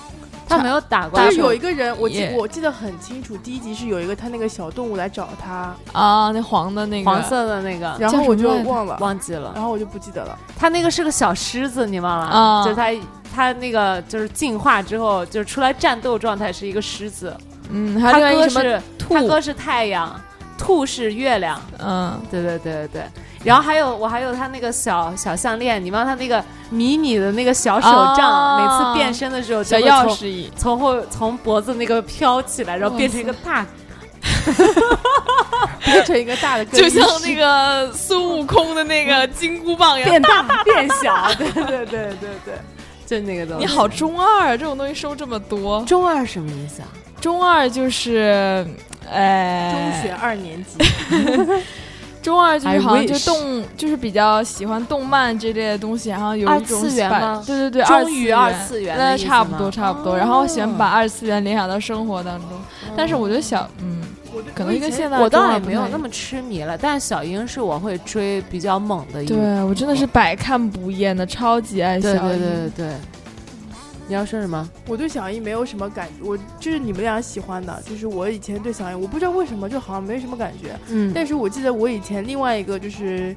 他没有打过，就是有一个人，我记也我记得很清楚，第一集是有一个他那个小动物来找他，啊，那黄的那个黄色的那个，然后我就啊叫什么来着忘了，忘记了然，后我就不记得了。他那个是个小狮子，你忘了？啊就是他。他那个就是进化之后，就是出来战斗状态是一个狮子，嗯，还他有另哥外一个什么是兔他哥是太阳，兔是月亮，嗯，对对对对对。然后还有我还有他那个小小项链，你忘他那个迷你的那个小手杖，哦每次变身的时候小就会钥从匙一，从后从脖子那个飘起来，然后变成一个大变成一个 大的更就衣室，像那个孙悟空的那个金箍棒一嗯样。变大变小，对对对对 对，就那个东西。你好，中二，啊这种东西收这么多。中二什么意思啊？中二就是，呃，中学二年 级，中二就 I 是好像就 wish 动，就是比较喜欢动漫这类的东西，然后有二一种次元把吗对对对，忠二次于元二次元的那意思差不吗多差不多。哦然后喜欢把二次元联想到生活当中，但是我觉得小，嗯，可能跟现在我中倒二也不没有太一那样么痴迷了，但是小樱是我会追比较猛的一对我真的哦是百看不厌的，超级爱小对樱。对对对。你要说什么？我对小樱没有什么感觉，我就是你们俩喜欢的，就是我以前对小樱，我不知道为什么就好像没什么感觉，嗯但是我记得我以前另外一个就是。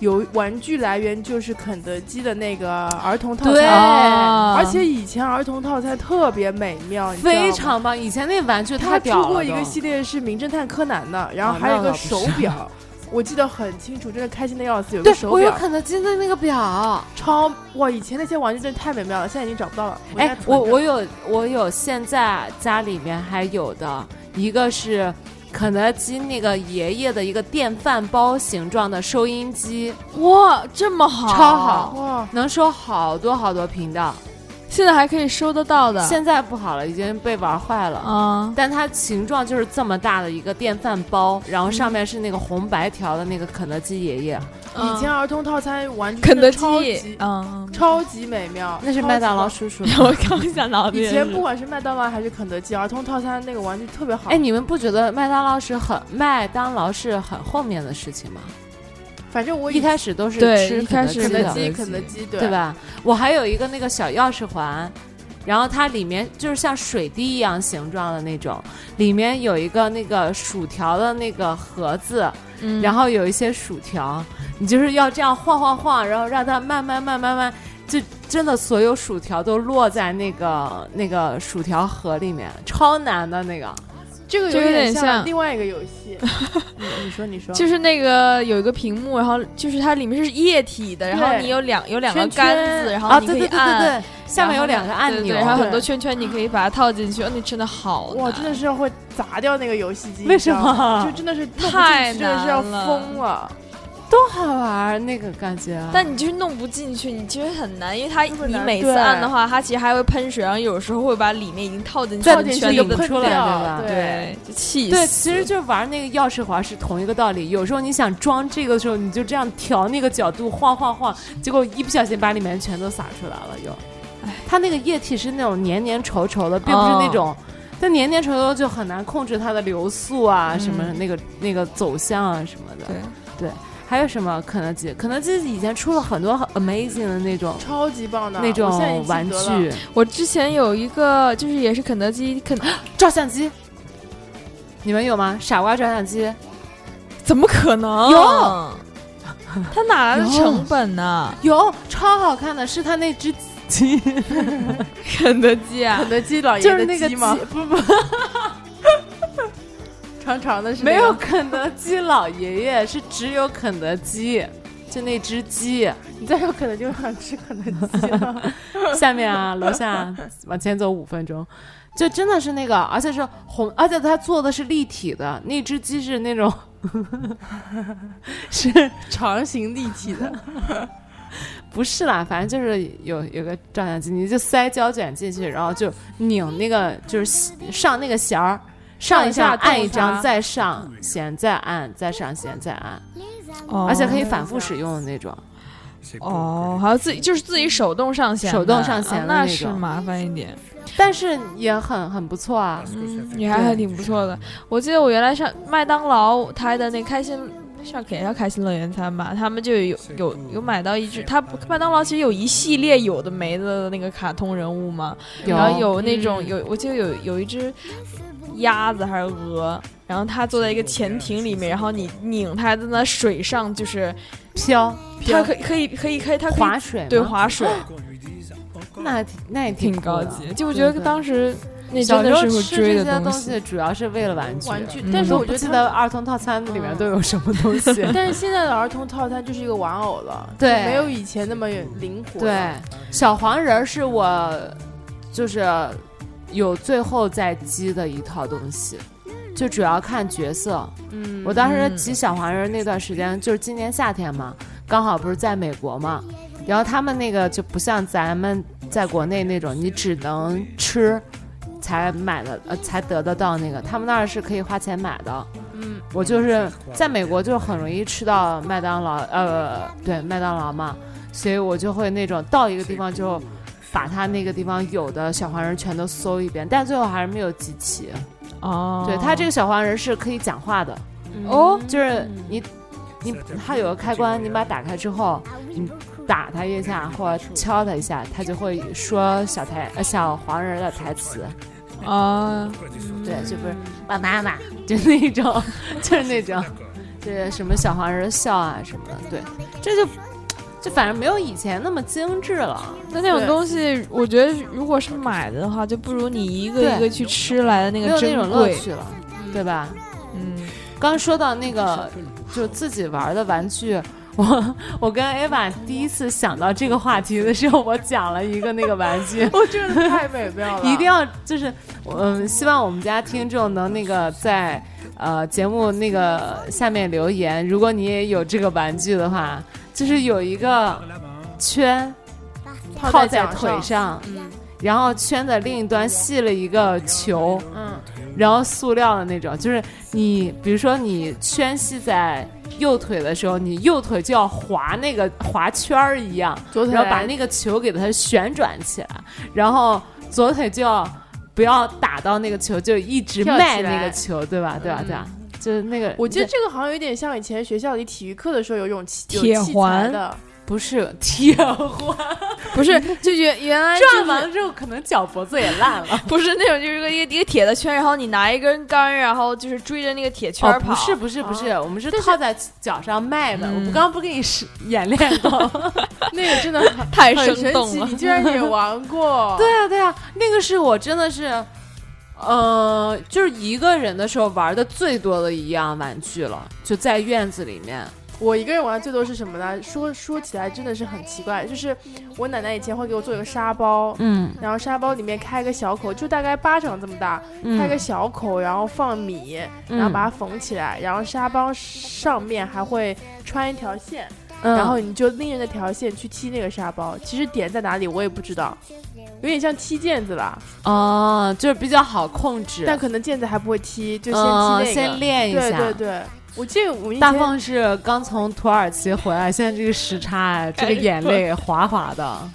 有玩具来源就是肯德基的那个儿童套对餐，啊而且以前儿童套餐特别美妙，你知道吗嗯非常棒。以前那玩具他太出屌了都。过一个系列是《名侦探柯南》的，然后哦还有一那个倒不是手 表，我记得很清楚，真的开心的要死。有对个，手我有表肯德基的那个表。超哇，以前那些玩具真的太美妙了，现在已经找不到了。应该哎，存我着我有我有，现在家里面还有的一个是肯德基那个爷爷的一个电饭煲形状的收音机，哇，这么好，超好哇，能收好多好多频道。现在还可以收得到的。现在不好了，已经被玩坏了。啊，但它形状就是这么大的一个电饭煲，然后上面是那个红白条的那个肯德基爷爷，嗯以前儿童套餐玩具肯德真的超基级，哦嗯，超级美妙，那是超级麦当劳棒。叔叔。 我刚想到的以也前是不管是麦当劳还是肯德基，儿童套餐那个玩具特别好。 哎，，你们不觉得麦当劳是很麦当劳是很后面的事情吗？反正我一以开始都是对吃一开始基肯肯德的基，肯肯德德基基对？吧？我还有一个那个小钥匙环，然后它里面就是像水滴一样形状的那种，里面有一个那个薯条的那个盒子，嗯然后有一些薯条，你就是要这样晃晃晃，然后让它慢慢慢慢慢，就真的所有薯条都落在那个那个薯条盒里面，超难的那个。这个这有有点 像像另外一个游戏。你你说你说，就是那个有一个屏幕，然后就是它里面是液体的，然后对你有两有两个圈圈杆子，然后啊，你对可对以对按，对对，下面有两个按对对钮对，然后对很多圈圈你可以把它套进去。哦，你真的好哇，难真的是会砸掉那个游戏机，为你知道什么吗就真 的是弄不进去太真的是要难了疯了。多好玩儿那个感觉啊。但你就是弄不进去，你其实很难，因为它特别你难每次对按的话，它其实还会喷水，然后有时候会把里面已经套进去再的进去全引都出来掉对吧对，就气死。对，其实就是玩那个钥匙环是同一个道理。有时候你想装这个的时候，你就这样调那个角度晃晃晃，结果一不小心把里面全都洒出来了。又哎唉，它那个液体是那种黏黏稠稠的，并不是那哦种，但黏黏稠稠就很难控制它的流速啊，嗯什么那个那个走向啊什么的。对，还有什么肯德基？肯德基以前出了很多很 amazing 的那种超级棒的那我现在已种经玩记得了具，我之前有一个就是也是肯德基肯，照相机。你们有吗？傻瓜照相机，怎么可能有？他哪来的有成本呢？有超好看的，是它那只鸡。肯德基啊肯，德基 老就爷是的那个鸡吗？不不， 长长的是没那个有，肯德基老爷爷，是只有肯德基，就那只 鸡。你再说肯德基我想吃肯德 基了。下面啊，楼 下往前走五分钟，就真的是那个，而且是红，而且它做的是立体的，那只鸡是那种 是长形立体的，不是啦？反正就是有有个照相机，你就塞胶卷进去，然后就拧那个，就是上那个弦儿。上一下，上一下动按一张，它再上弦，再按，再上弦，再按，哦而且可以反复使用的那种。哦，还要自己就是自己手动上弦的，手动上弦啊的那那是种麻烦一点。但是也很很不错啊。嗯，也还还挺不错的。我记得我原来上麦当劳它的那开心。上给叫开心乐园餐吧，他们就有有有买到一只，它麦当劳其实有一系列有的没的那个卡通人物嘛，有然后有那种嗯有，我记得有有一只鸭子还是鹅，然后它坐在一个潜艇里面，然后你拧它，在那水上就是飘它可以可以可以可以它可以划水吗，对划水，那还挺那也挺酷高的啊级。就我觉得当时那小真时的候是会吃追这的些东西，主要是为了玩具。 玩具嗯，但是都我觉不得记他得嗯儿童套餐里面都有什么东西。 但是现在的儿童套餐就是一个玩偶了，对就没有以前那么灵 活对了。，小黄人儿是我就是有最后再积的一套东西，就主要看角色。嗯，我当时集小黄人那段时间，就是今年夏天嘛，刚好不是在美国嘛，然后他们那个就不像咱们在国内那种，你只能吃才买的，呃，才得得到那个，他们那儿是可以花钱买的。嗯，我就是在美国，就是很容易吃到麦当劳，呃，对，麦当劳嘛，所以我就会那种到一个地方就。把他那个地方有的小黄人全都搜一遍，但最后还是没有集齐。西。哦，对他这个小黄人是可以讲话的，嗯哦，就是你，你它有个开关，你把它打开之后，你打它一下或者敲它一下，它就会说小台呃小黄人的台词，啊，对，就不是爸妈妈，就那种， 就是那种，就是什么小黄人笑啊什么的，对，这就就反正没有以前那么精致了，那那种对东西，我觉得如果是买的话，就不如你一个对一个去吃来的那没个有那珍种乐贵。趣了，对吧？ 嗯，刚说到那个，就自己玩的玩具，我我跟 Ava 第一次想到这个话题的时候，我讲了一个那个玩 ，具我觉得太美妙 了，一定要就是，嗯，希望我们家听众能那个在呃节目那个下面留言，如果你也有这个玩具的话，就是有一个圈套嗯套在脚腿上上，嗯然后圈的另一端系了一个球，嗯然后塑料的那种，就是你比如说你圈系在右腿的时候，你右腿就要划那个划圈儿一样，左腿然后把来那个球给它旋转起来，然后左腿就要不要打到那个球，就一直跳起迈那来个球，对吧？对吧？对吧？就是那个，我记得这个好像有点像以前学校里体育课的时候有一种器有铁器材环的，不是 铁环，不是，就原原来转就是 完之后可能脚脖子也烂了。不是那种，就是一个一个一个铁的圈，然后你拿一根杆，然后就是追着那个铁 圈哦，儿跑。不是不是不是，我们是嗯套在脚上迈的。我们刚刚不给你试演练过 吗？那个真的 太很神生动奇，了你。居然也玩过？对啊，对啊，那个是我真的是，呃，就是一个人的时候玩的最多的一样玩具了，就在院子里面。我一个人玩的最多是什么呢？说说起来真的是很奇怪，就是我奶奶以前会给我做一个沙包，嗯，然后沙包里面开个小口，就大概巴掌这么大，嗯嗯开个小口，然后放米，然后把它缝起来，然后沙包上面还会穿一条线，嗯然后你就拎着那条线去踢那个沙包。其实点在哪里我也不知道，有点像踢毽子啦，哦，就是比较好控制，但可能毽子还不会踢，就先踢那嗯个。先练一下。对对对，我记得我们以大前凤是刚从土耳其回来，现在这个时差，这哎个眼泪哗哗的。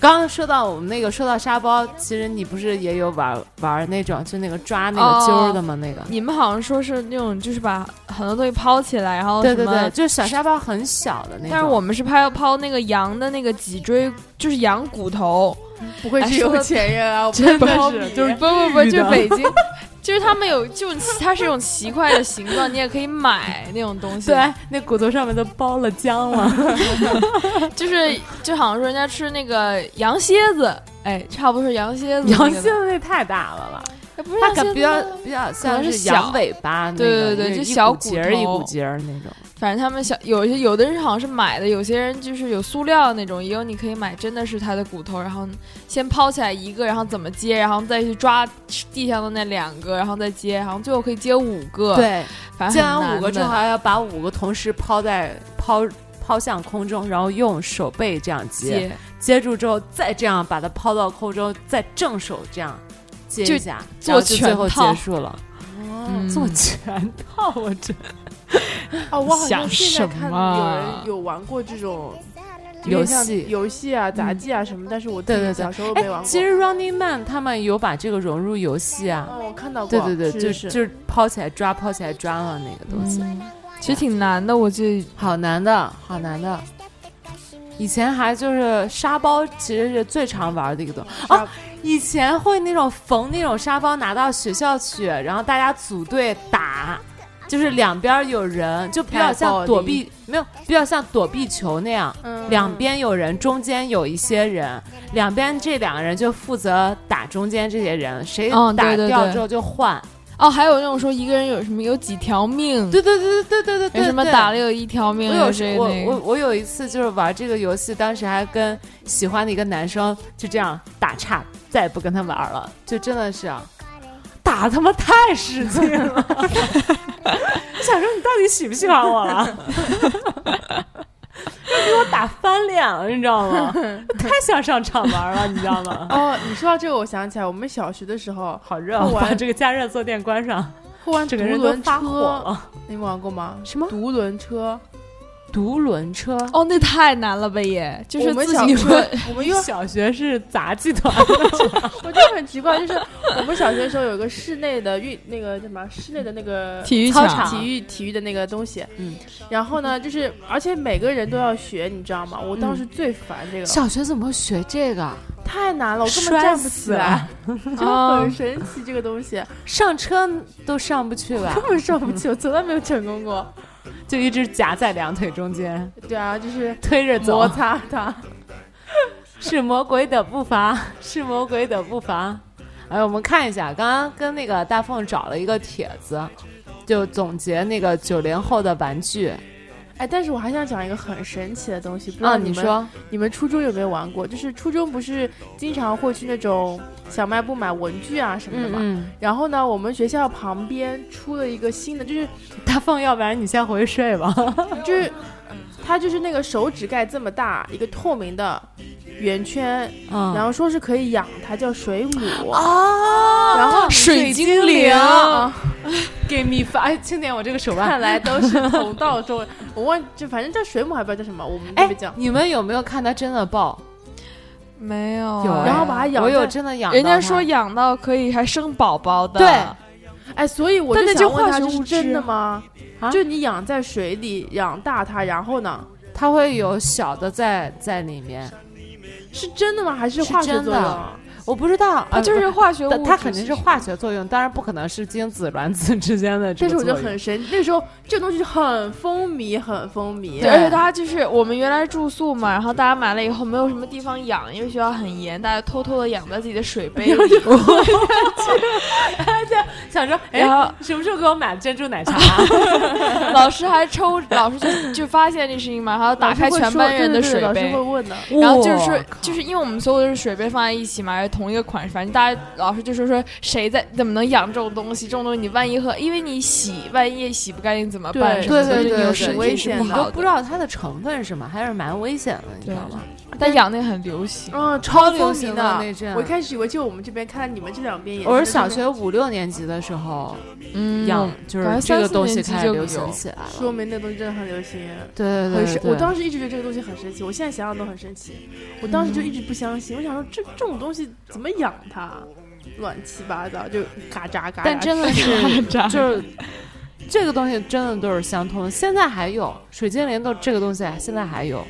刚刚说到我们那个，说到沙包，其实你不是也有玩玩那种，就那个抓那哦个揪儿的吗？那个， 你们好像说是那种，就是把很多东西抛起来，然后对什对么。对，就是小沙包很小的那种。但是我们是抛抛那个羊的那个脊椎，就是羊骨头，不愧哎是说有得钱人啊，我不真的 知道是你就是不不不，玉就的是北京， 就是他们有就它是一种奇怪的形状，你也可以买那种东西。对，那骨头上面都包了浆 了。就是就好像说人家吃那个羊蝎子，哎，差不多是羊蝎子那个的，羊蝎子那太大了吧？哎不是它羊可蝎子比较吗比较能像是小羊尾巴那对对个，就对就是一小股骨节儿一头股节儿那种。反正他们小有些有的人好像是买的，有些人就是有塑料的那种，也有你可以买真的是它的骨头，然后先抛起来一个，然后怎么接，然后再去抓地上的那两个，然后再接，然后最后可以接五个。，对，反正接很完难五个之后，的还要把五个同时抛在抛抛向空中，然后用手背这样接，接， 接住之后再这样把它抛到空中，再正手这样接就一下，做然后就最全后套结束了。嗯做全套，我真哦，我好像想现在什看么啊有人有玩过这种游有点像戏。嗯游戏啊、杂技啊什么，但是我自己对对对小时候哎没玩，过。其实 Running Man 他们有把这个融入游戏啊，哦，我看到过，对对对，是就是就是抛起来抓，抛起来抓了那个东西，嗯，其实挺难的，我记得好难的，好难的。以前还就是沙包，其实是最常玩的一个东西。哦，以前会那种缝那种沙包，拿到学校去，然后大家组队打，就是两边儿有人，就比较像躲避，没有比较像躲避球那样，嗯两边有人，中间有一些人，两边这两个人就负责打中间这些人，谁嗯打对对掉对之后就换。哦，还有那种说一个人有什么有几条命，对对对对对对对，有什么对打了有一条命，我有时谁我那我个，我有一次就是玩这个游戏，当时还跟喜欢的一个男生就这样打岔，再也不跟他玩了，就真的是啊打他妈太使劲了。 我想说你到底喜不喜欢我了？ 就给我打翻脸了，你知道吗？太想上场玩了，你知道吗？哦，你说到这个，我想起来，我们小学的时候好热，啊我我把这个加热坐垫关上，会玩独整个人都轮发火车，了。你们玩过吗？什么独 轮车？独轮车？哦，那太难了呗也，就我是们自小己学会，我们又小学是杂技团，我就很奇怪，就是我们小学的时候有个室内的运那个叫什么室内的那个体育操场场体育体育的那个东西，嗯，然后呢，就是而且每个人都要学，你知道吗？我嗯当时最烦这个， 小学怎么会学这个？啊太难了，我根本摔站不起死来了， 哦就啊很，神奇这个东西，上车都上不去 吧根？本上不去，我从来没有成功过。就一直夹在两腿中间，对啊，就是推着摩走。擦它，是魔鬼的步伐， 是魔鬼的步伐。哎，我们看一下，刚刚跟那个大凤找了一个帖子，就总结那个九零后的玩具。哎，但是我还想讲一个很神奇的东西，不知啊，道你你们、说你们初中有没有玩过？就是初中不是经常会去那种小卖部买文具啊什么的嗯嘛。嗯，然后呢，我们学校旁边出了一个新的，就是大凤，要不然你先回去睡 吧。就是，它就是那个手指盖这么大一个透明的圆圈，嗯，然后说是可以养它，叫水母。啊然后水精精灵灵啊，给米发，哎，青年，我这个手腕看。来都是同道中人。啊 我忘，就反正叫水母，还不知道叫什么，我们这哎边讲，。你们有没有看它真的抱？没有有啊，哎然后把它养我有在，真的养到它。人家说养到可以还生宝宝的，啊对哎，所以我但就那就想问化它学这是物真的质吗啊？就你养在水里，养大它，然后呢？它会有小的在在里面，是真的吗？还是是化学真作的用？我不知道，它呃就是化学物它质，它肯定是化学作用，当然不可能是精子卵子之间的这个但是我作就用。很神，那时候这东西很风靡，很风靡。对对，而且它就是我们原来住宿嘛，然后大家买了以后没有什么地方养，因为学校很严，大家偷偷的养在自己的水杯里，想说，哎然，后什么时候给我买珍珠奶茶？老师还抽，老师就就发现这事情嘛，然后打老师开会全说班对人对的对水老师杯会。问的。然后就是说，就是因为我们所有都是水杯放在一起嘛，而同一个款式，反正大家老师就说说谁在怎么能养这种东西？这种东西你万一喝，因为你洗，万一也洗不干净怎么办？对什么对的对对就是对，有对身危体是险不你的都好不知的。道它的成分是什么，还是蛮危险的，你知道吗？但养那个很流行，嗯，超超流风行靡的那阵我一开始以为就我们这边，看你们这两边也。我是小学，五六年级的时候嗯，养，就是感觉这个三四东西年级开始就流行有起来说了。明那东西真的很流行。对对很对神对，我当时一直觉得这个东西很神奇，我现在想想都很神奇。我当时就一直不相信，我想说这这种东西怎么养它？乱七八糟，就嘎喳嘎喳。但真的 是就是就是这个东西真的都是相通的，现在还有水精灵都这个东西现在还有。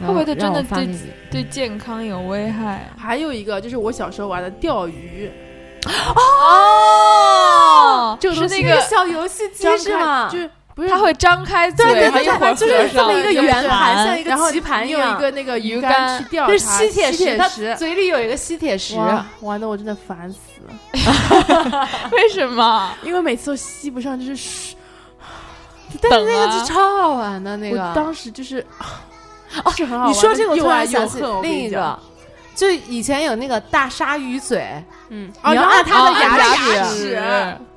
会不会它真的让我发对给你对健康有危害。还有一个就是我小时候玩的钓鱼，哦，这个东是西那个，小游戏机张是开吗？就是不是它会张开嘴，对对还对一会对，儿就是合这上么一个就圆盘，盘像一个然后棋盘你一有一样。个那个鱼竿竿去钓就是它，吸铁石，石，它嘴里有一个吸铁石，哇，玩的我真的烦死了，为什么？因为每次都吸不上，就是嘘但是那等个啊是超好玩的那我个。当时就是哦，是很好玩。你说这个，我又突爱然想又起恨，我跟另一你讲 个，，就以前有那个大鲨鱼嘴，嗯，你要然后按它的哦牙按齿齿，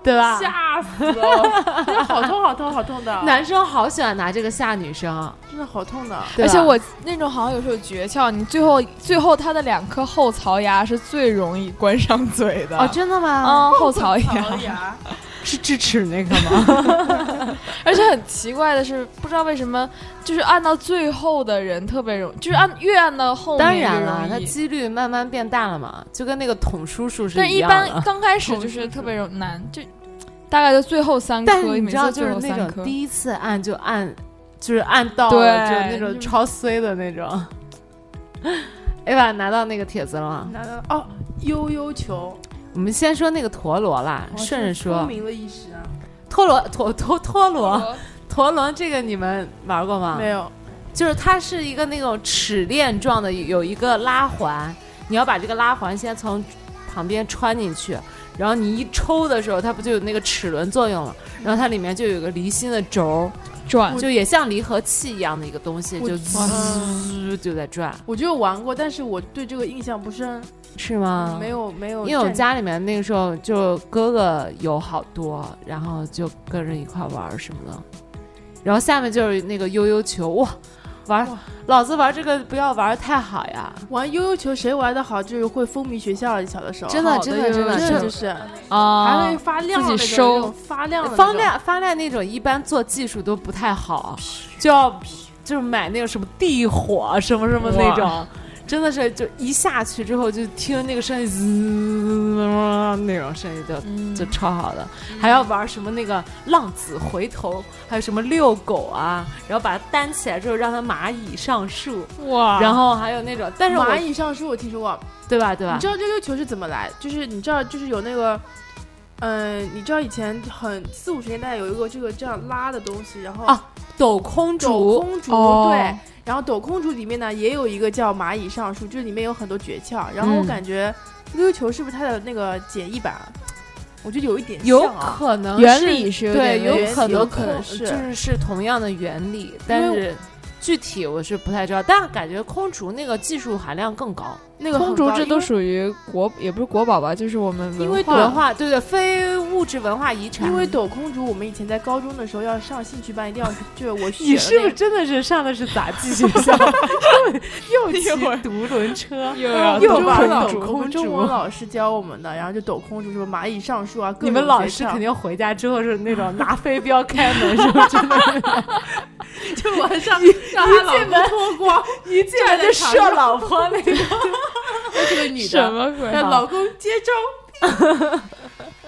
对啊吧？吓死了，真的好痛好痛好痛的，男生好喜欢拿这个吓女生，真的好痛的。对而且吧我那种好像有时候有诀窍，你最后最后它的两颗后槽牙是最容易关上嘴的。哦，真的吗？哦嗯，后槽哎牙，牙，是智齿那个吗？而且很奇怪的是，不知道为什么，就是按到最后的人特别容易，就是按越按到后面当然越了，容它易几率慢慢变大了嘛，就跟那个捅叔叔是但一样啊般 的。刚开始就是特别容难，就大概就最后三颗，但是你每知道，次就最是后那三颗种。第一次按就按，就是按到对嗯了，就是那种就是超衰的那种。哎吧，拿到那个帖子了嗯吗？拿到哦，悠悠球，我们先说那个陀螺啦，哇哦顺着风说。靡了一时啊。陀螺陀陀陀螺陀螺这个你们玩过吗？没有，就是它是一个那种齿链状的，有一个拉环，你要把这个拉环先从旁边穿进去，然后你一抽的时候，它不就有那个齿轮作用了？然后它里面就有个离心的轴，转嗯就也像离合器一样的一个东西，我就嗯滋就在转，我就玩过，但是我对这个印象不深，是吗？没有没有战，因为我啊家里面那个时候就哥哥有好多，然后就跟着一块玩儿什么的，然后下面就是那个悠悠球，哇，玩儿哇老子玩这个不要玩儿太好呀，玩悠悠球谁玩的好，就是会风靡学校。小的时候，真的好的真的悠真悠的球真的就就是是还啊会，发亮的那自种己收那种发亮的呃那种发亮发亮那种，一般做技术都不太好，就要就是买那个什么地火什么什么那种。真的是，就一下去之后，就听那个声音滋那种声音，就就超好的，还要玩什么那个浪子回头，还有什么遛狗啊，然后把它担起来之后让它蚂蚁上树，哇，然后还有那种，但是我蚂蚁上树，我听说过。对吧对吧你知？道悠悠球是怎么来？就是你知道，就是有那个，嗯、你知道以前很四五十年代有一个这个这样拉的东西，然后啊抖空抖竹，空竹、哦对，然后抖空竹里面呢也有一个叫蚂蚁上树，就是里面有很多诀窍。然后我嗯感觉悠悠球是不是它的那个简易版？啊我觉得有一点有像啊。可能原是理是有对，点类有似可能有可能空是就是是同样的原理，但是具体我是不太知道，但是感觉空竹那个技术含量更高，那个空很竹高这因都为属于国，也不是国宝吧，就是我们因为化文化对对，非物质文化遗产。 因为抖空竹，我们以前在高中的时候要上兴趣班，一定要去 就是我你学是了不那是个真的是上的是杂技 学校，又又骑 一会儿独轮车？ 又要又我动们玩空了老抖竹我们空中竹文老师教我们的，然后就抖空竹，什么蚂蚁上树啊，各你们种老诀师窍肯定回家之后是那种拿飞镖开门，是不是？真的是 就往上让他老进门公脱 光，一进来就射老婆那个。这个女什的，么鬼？啊让老公接招。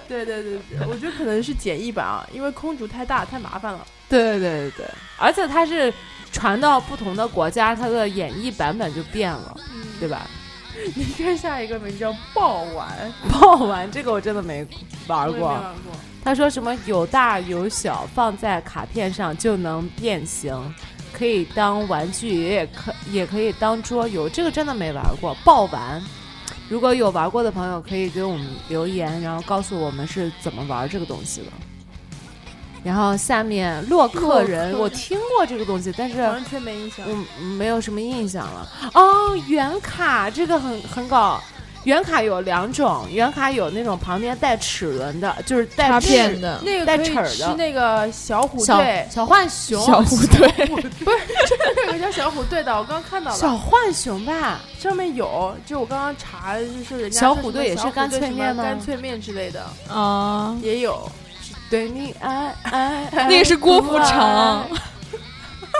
对对对对，我觉得可能是简易版啊，因为空竹太大太麻烦了。对对对对，而且它是传到不同的国家，它的演绎版本就变了，对吧？嗯 你看下一个名叫爆丸，爆丸这个我真的没玩我也没过。玩过。他说什么有大有小，放在卡片上就能变形，可以当玩具，也可也可以当桌游。这个真的没玩过。爆丸，如果有玩过的朋友，可以给我们留言，然后告诉我们是怎么玩这个东西的。然后下面洛克人，洛我克人听过这个东西，但是完全没印象。我没有什么印象了。哦，原卡这个很很搞。原卡有两种，原卡有那种旁边带齿轮的，就是带 插齿片的那带个可齿儿以的吃那个小虎小队，小浣熊，小虎 队，这 有个叫小虎队的，我刚看到了，小浣熊吧？上面有，就是我刚刚查，就是人家小说虎什队么也是小虎干队脆什么面吗干脆面之类的啊，也有。对你哎爱爱， 爱那个是郭富城，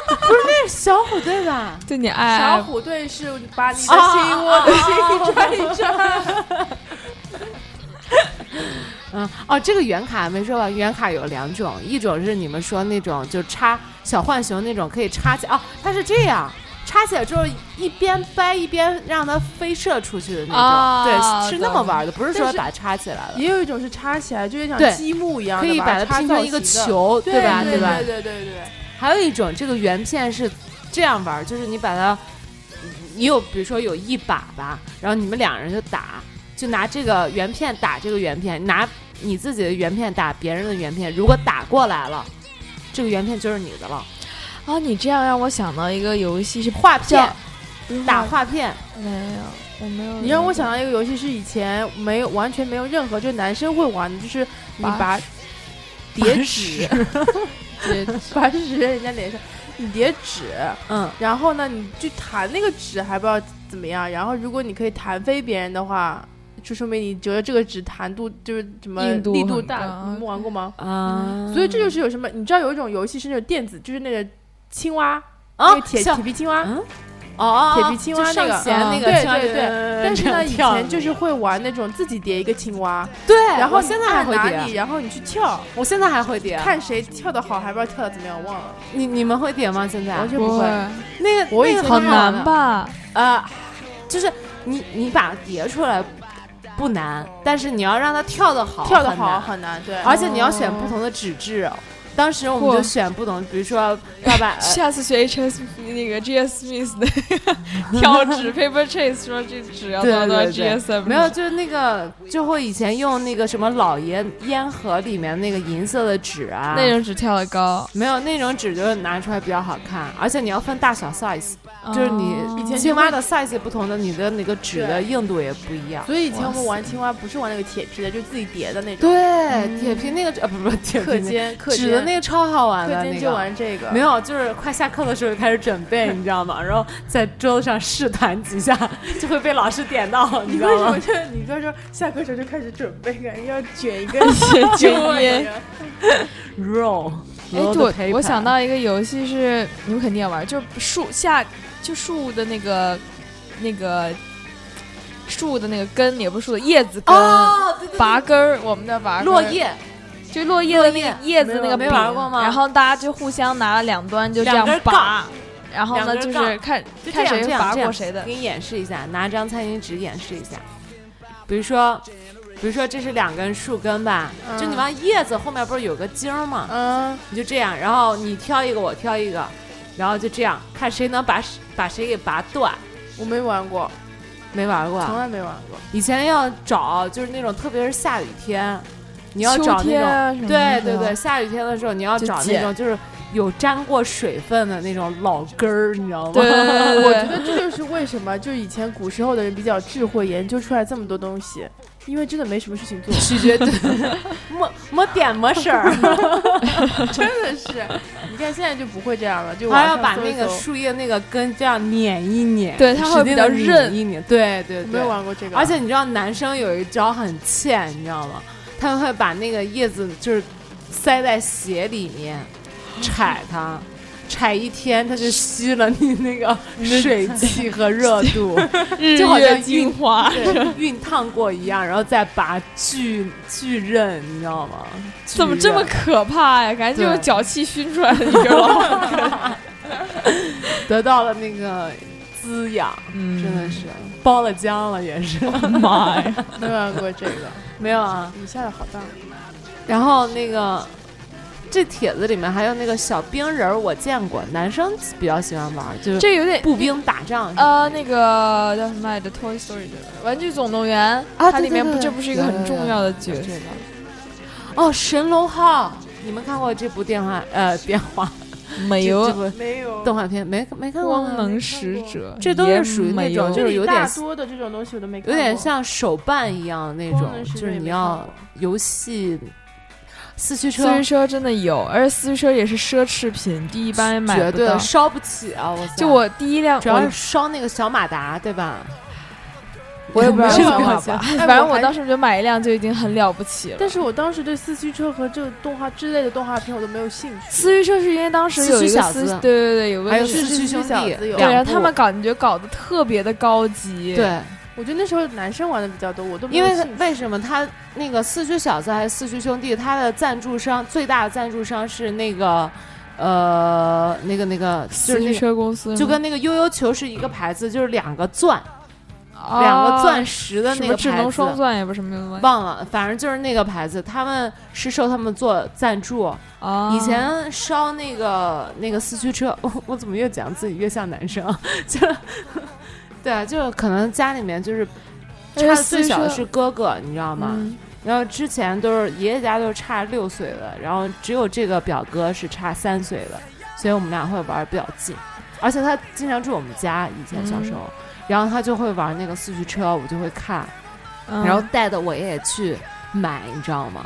那是小虎队吧？ 对你哎爱小爱虎队是把你的心，啊我的心转一转。嗯，哦，这个原卡没说吧？原卡有两种，一种是你们说那种就插小浣熊那种可以插起，哦，它是这样。插起来之后，一边掰一边让它飞射出去的那种，啊对，是那么玩的，不是说但是把它插起来了，也有一种是插起来，就是像对积木一样可的，以把把它插拼造成一个型的，球，对吧？对吧？对对对对还有一种，这个圆片是这样玩儿，就是你把它，你有比如说有一把吧，然后你们两人就打，就拿这个圆片打这个圆片，拿你自己的圆片打别人的圆片，如果打过来了，这个圆片就是你的了。啊！你这样让我想到一个游戏是画片叫嗯打画片，没有，我没有。你让我想到一个游戏，是以前没有完全没有任何，就是男生会玩的，就是你把 叠纸， 把纸扔人家脸上，你叠纸，嗯，然后呢，你去弹那个纸还不知道怎么样，然后如果你可以弹飞别人的话，就说明你觉得这个纸弹度就是什么硬度力度很大，高嗯你们玩过吗？啊所以这就是有什么，你知道有一种游戏是那种电子，就是那个青蛙，啊那个铁像铁皮青蛙，嗯哦，铁皮青蛙就上那个嗯弦那个对青蛙，嗯对对但是呢，以这样前就是会玩那种自己叠一个青蛙，对，然后哎我现在还会你按拿你，叠，然后你去跳，我现在还会叠，看谁跳的好，还不知道跳的怎么样，忘了。你你们会叠吗？现在完全不不会，会，那个我以那个前好好玩难难吧？呃，就是你你把它叠出来，不难，但是你要让它跳得好，跳得很好难很难，对，哦而且你要选不同的纸质。当时我们就哇选不同，比如说爸爸，呃下次学 H S 那个 G S Smith 的挑纸 paper chase，说这纸要多对少对多少对 G S M，没有，就是那个，就会以前用那个什么老爷烟盒里面那个银色的纸啊，那种纸跳得高，没有那种纸就是拿出来比较好看，而且你要分大小 size，、就是哦你 前青就蛙会的 size 不同的，你的那个纸的对硬度也不一样。所以以前我们玩青蛙不是玩那个铁皮的，就自己叠的那种。对，铁皮那个呃、不不铁课皮那间课个纸的间那个超好玩的课那间个，就玩这个，没有，就是快下课的时候就开始准备，你知道吗？然后在桌子上试弹几下，就会被老师点到，你你知为道什吗么？就你说说下课时候就开始准备，感觉要卷一个 卷一烟个。肉，哎，对，我想到一个游戏是你们肯定要玩，就是树下就树的那个那个树的那个根，也不是树的叶子根，哦，对对对拔根儿，我们的拔根儿落，叶，就落叶的那个叶子没有那个没柄玩过吗然后大家就互相拿了两端就这样两根拔杠，然后呢两就根是杠看就这看样谁这样拔这过样谁的给。你演示一下，拿张餐巾纸演示一下。比如说，比如说这是两根树根吧，就你嗯往叶子后面不是有个茎儿吗？嗯，你就这样，然后你挑一个，我挑一个，然后就这样，看谁能把谁把谁给拔断。我没玩过，没玩过啊，从来没玩过。以前要找就是那种，特别是下雨天，你要秋找那天种，啊什么对的对对，，下雨天的时候你要就找那捡种就是有沾过水分的那种老根儿，你知道吗？，对对对 对对我觉得这就是为什么，就以前古时候的人比较智慧，研究出来这么多东西，因为真的没什么事情做取决对没没点没事 儿，真的是。你看现在就不会这样了，就还网要上把搜那一个搜树叶那个根这样捻一捻，对它会比较使劲地韧拧一拧，对对我对，没有玩过这个，而且你知道男生有一招很欠，你知道吗？他们会把那个叶子就是塞在鞋里面， 踩它，踩一天，它就吸了你那 个水汽和热度，日就好像月晕精华。对熨烫过一样，然后再拔巨巨刃，你知道吗？巨怎么这么刃可怕呀？感觉就是对脚气熏出来的一个 老得到了那个滋养？嗯真的是包了浆了，也是 妈呀！没玩过这个。 没有啊。你下的好大，然后那个这帖子里面还有那个小冰人儿，我见过，男生比较喜欢玩儿，就是这有点步兵打仗。呃，那个叫什么来着，《Toy Story》的《玩具总动员》啊它对里面对不对这不是一个很重要的角色对对哦，神龙号，你们看过这部电话 哎呃电话没这这有部没有动画片没没看过光吗？能使者，这都是属于那种也没有就是有点大多的这种东西我都没看有过，点像手办一样那种光能，就使者是也你没要看过游戏四驱车四驱车真的有，而且四驱车也是奢侈品，第一般也买绝不对到。烧不起啊！我操就我第一辆，主要我是烧那个小马达对吧？我也不知 道这个干嘛表情吧，哎反正我我还当时就买一辆就已经很了不起了。但是我当时对四驱车和这个动画之类的动画片我都没有兴趣。四驱车是因为当时有一四驱个小四，子对对对，有个还有是四驱兄弟小子有对，然两后他部们感觉搞得特别的高级，，对。我觉得那时候男生玩的比较多，我都没因有为他兴趣为什么他那个四驱小子还是四驱兄弟，他的赞助商最大的赞助商是那个，呃，那个那个就是四驱那个。车公司就跟是那个悠悠球是一个牌子，就是两个钻，吗啊两个钻石的什那么个智牌能双子，钻也不是什么忘了，反正就是那个牌子，他们是受他们做赞助。啊，以前烧那个那个四驱车， 我我怎么越讲自己越像男生啊？ 就对啊，就是可能家里面就是而差且的四最驱小的车是哥哥，你知道吗？嗯然后之前都是爷爷家都是差六岁的，然后只有这个表哥是差三岁的，所以我们俩会玩儿比较近，而且他经常住我们家，以前小时候，然后他就会玩那个四驱车，我就会看，嗯然后带着我也去买，你知道吗？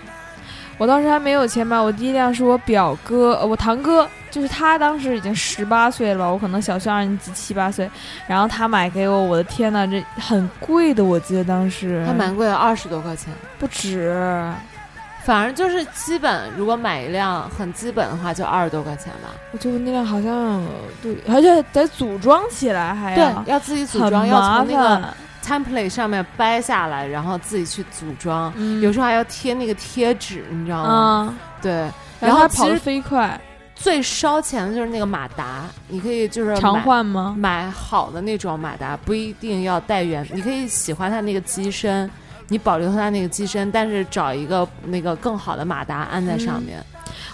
我当时还没有钱买，我第一辆是我表哥，呃我堂哥，就是他当时已经十八岁了吧，我可能小学二年级七八岁，然后他买给我，我的天呐，这很贵的，我记得当时还蛮贵的，二十多块钱。不止，反正就是基本，如果买一辆很基本的话，就二十多块钱吧。我觉得那辆好像对，而且得组装起来还要对，要自己组哎很装，要麻从那个烦， template 上面掰下来，然后自己去组装。嗯有时候还要贴那个贴纸，你知道吗？嗯，对，然然后后他其跑得实飞快，最烧钱的就是那个马达，你可以就是常买换吗？买好的那种马达，不一定要带原，你可以喜欢它那个机身，你保留它那个机身，但是找一个那个更好的马达安在上面。嗯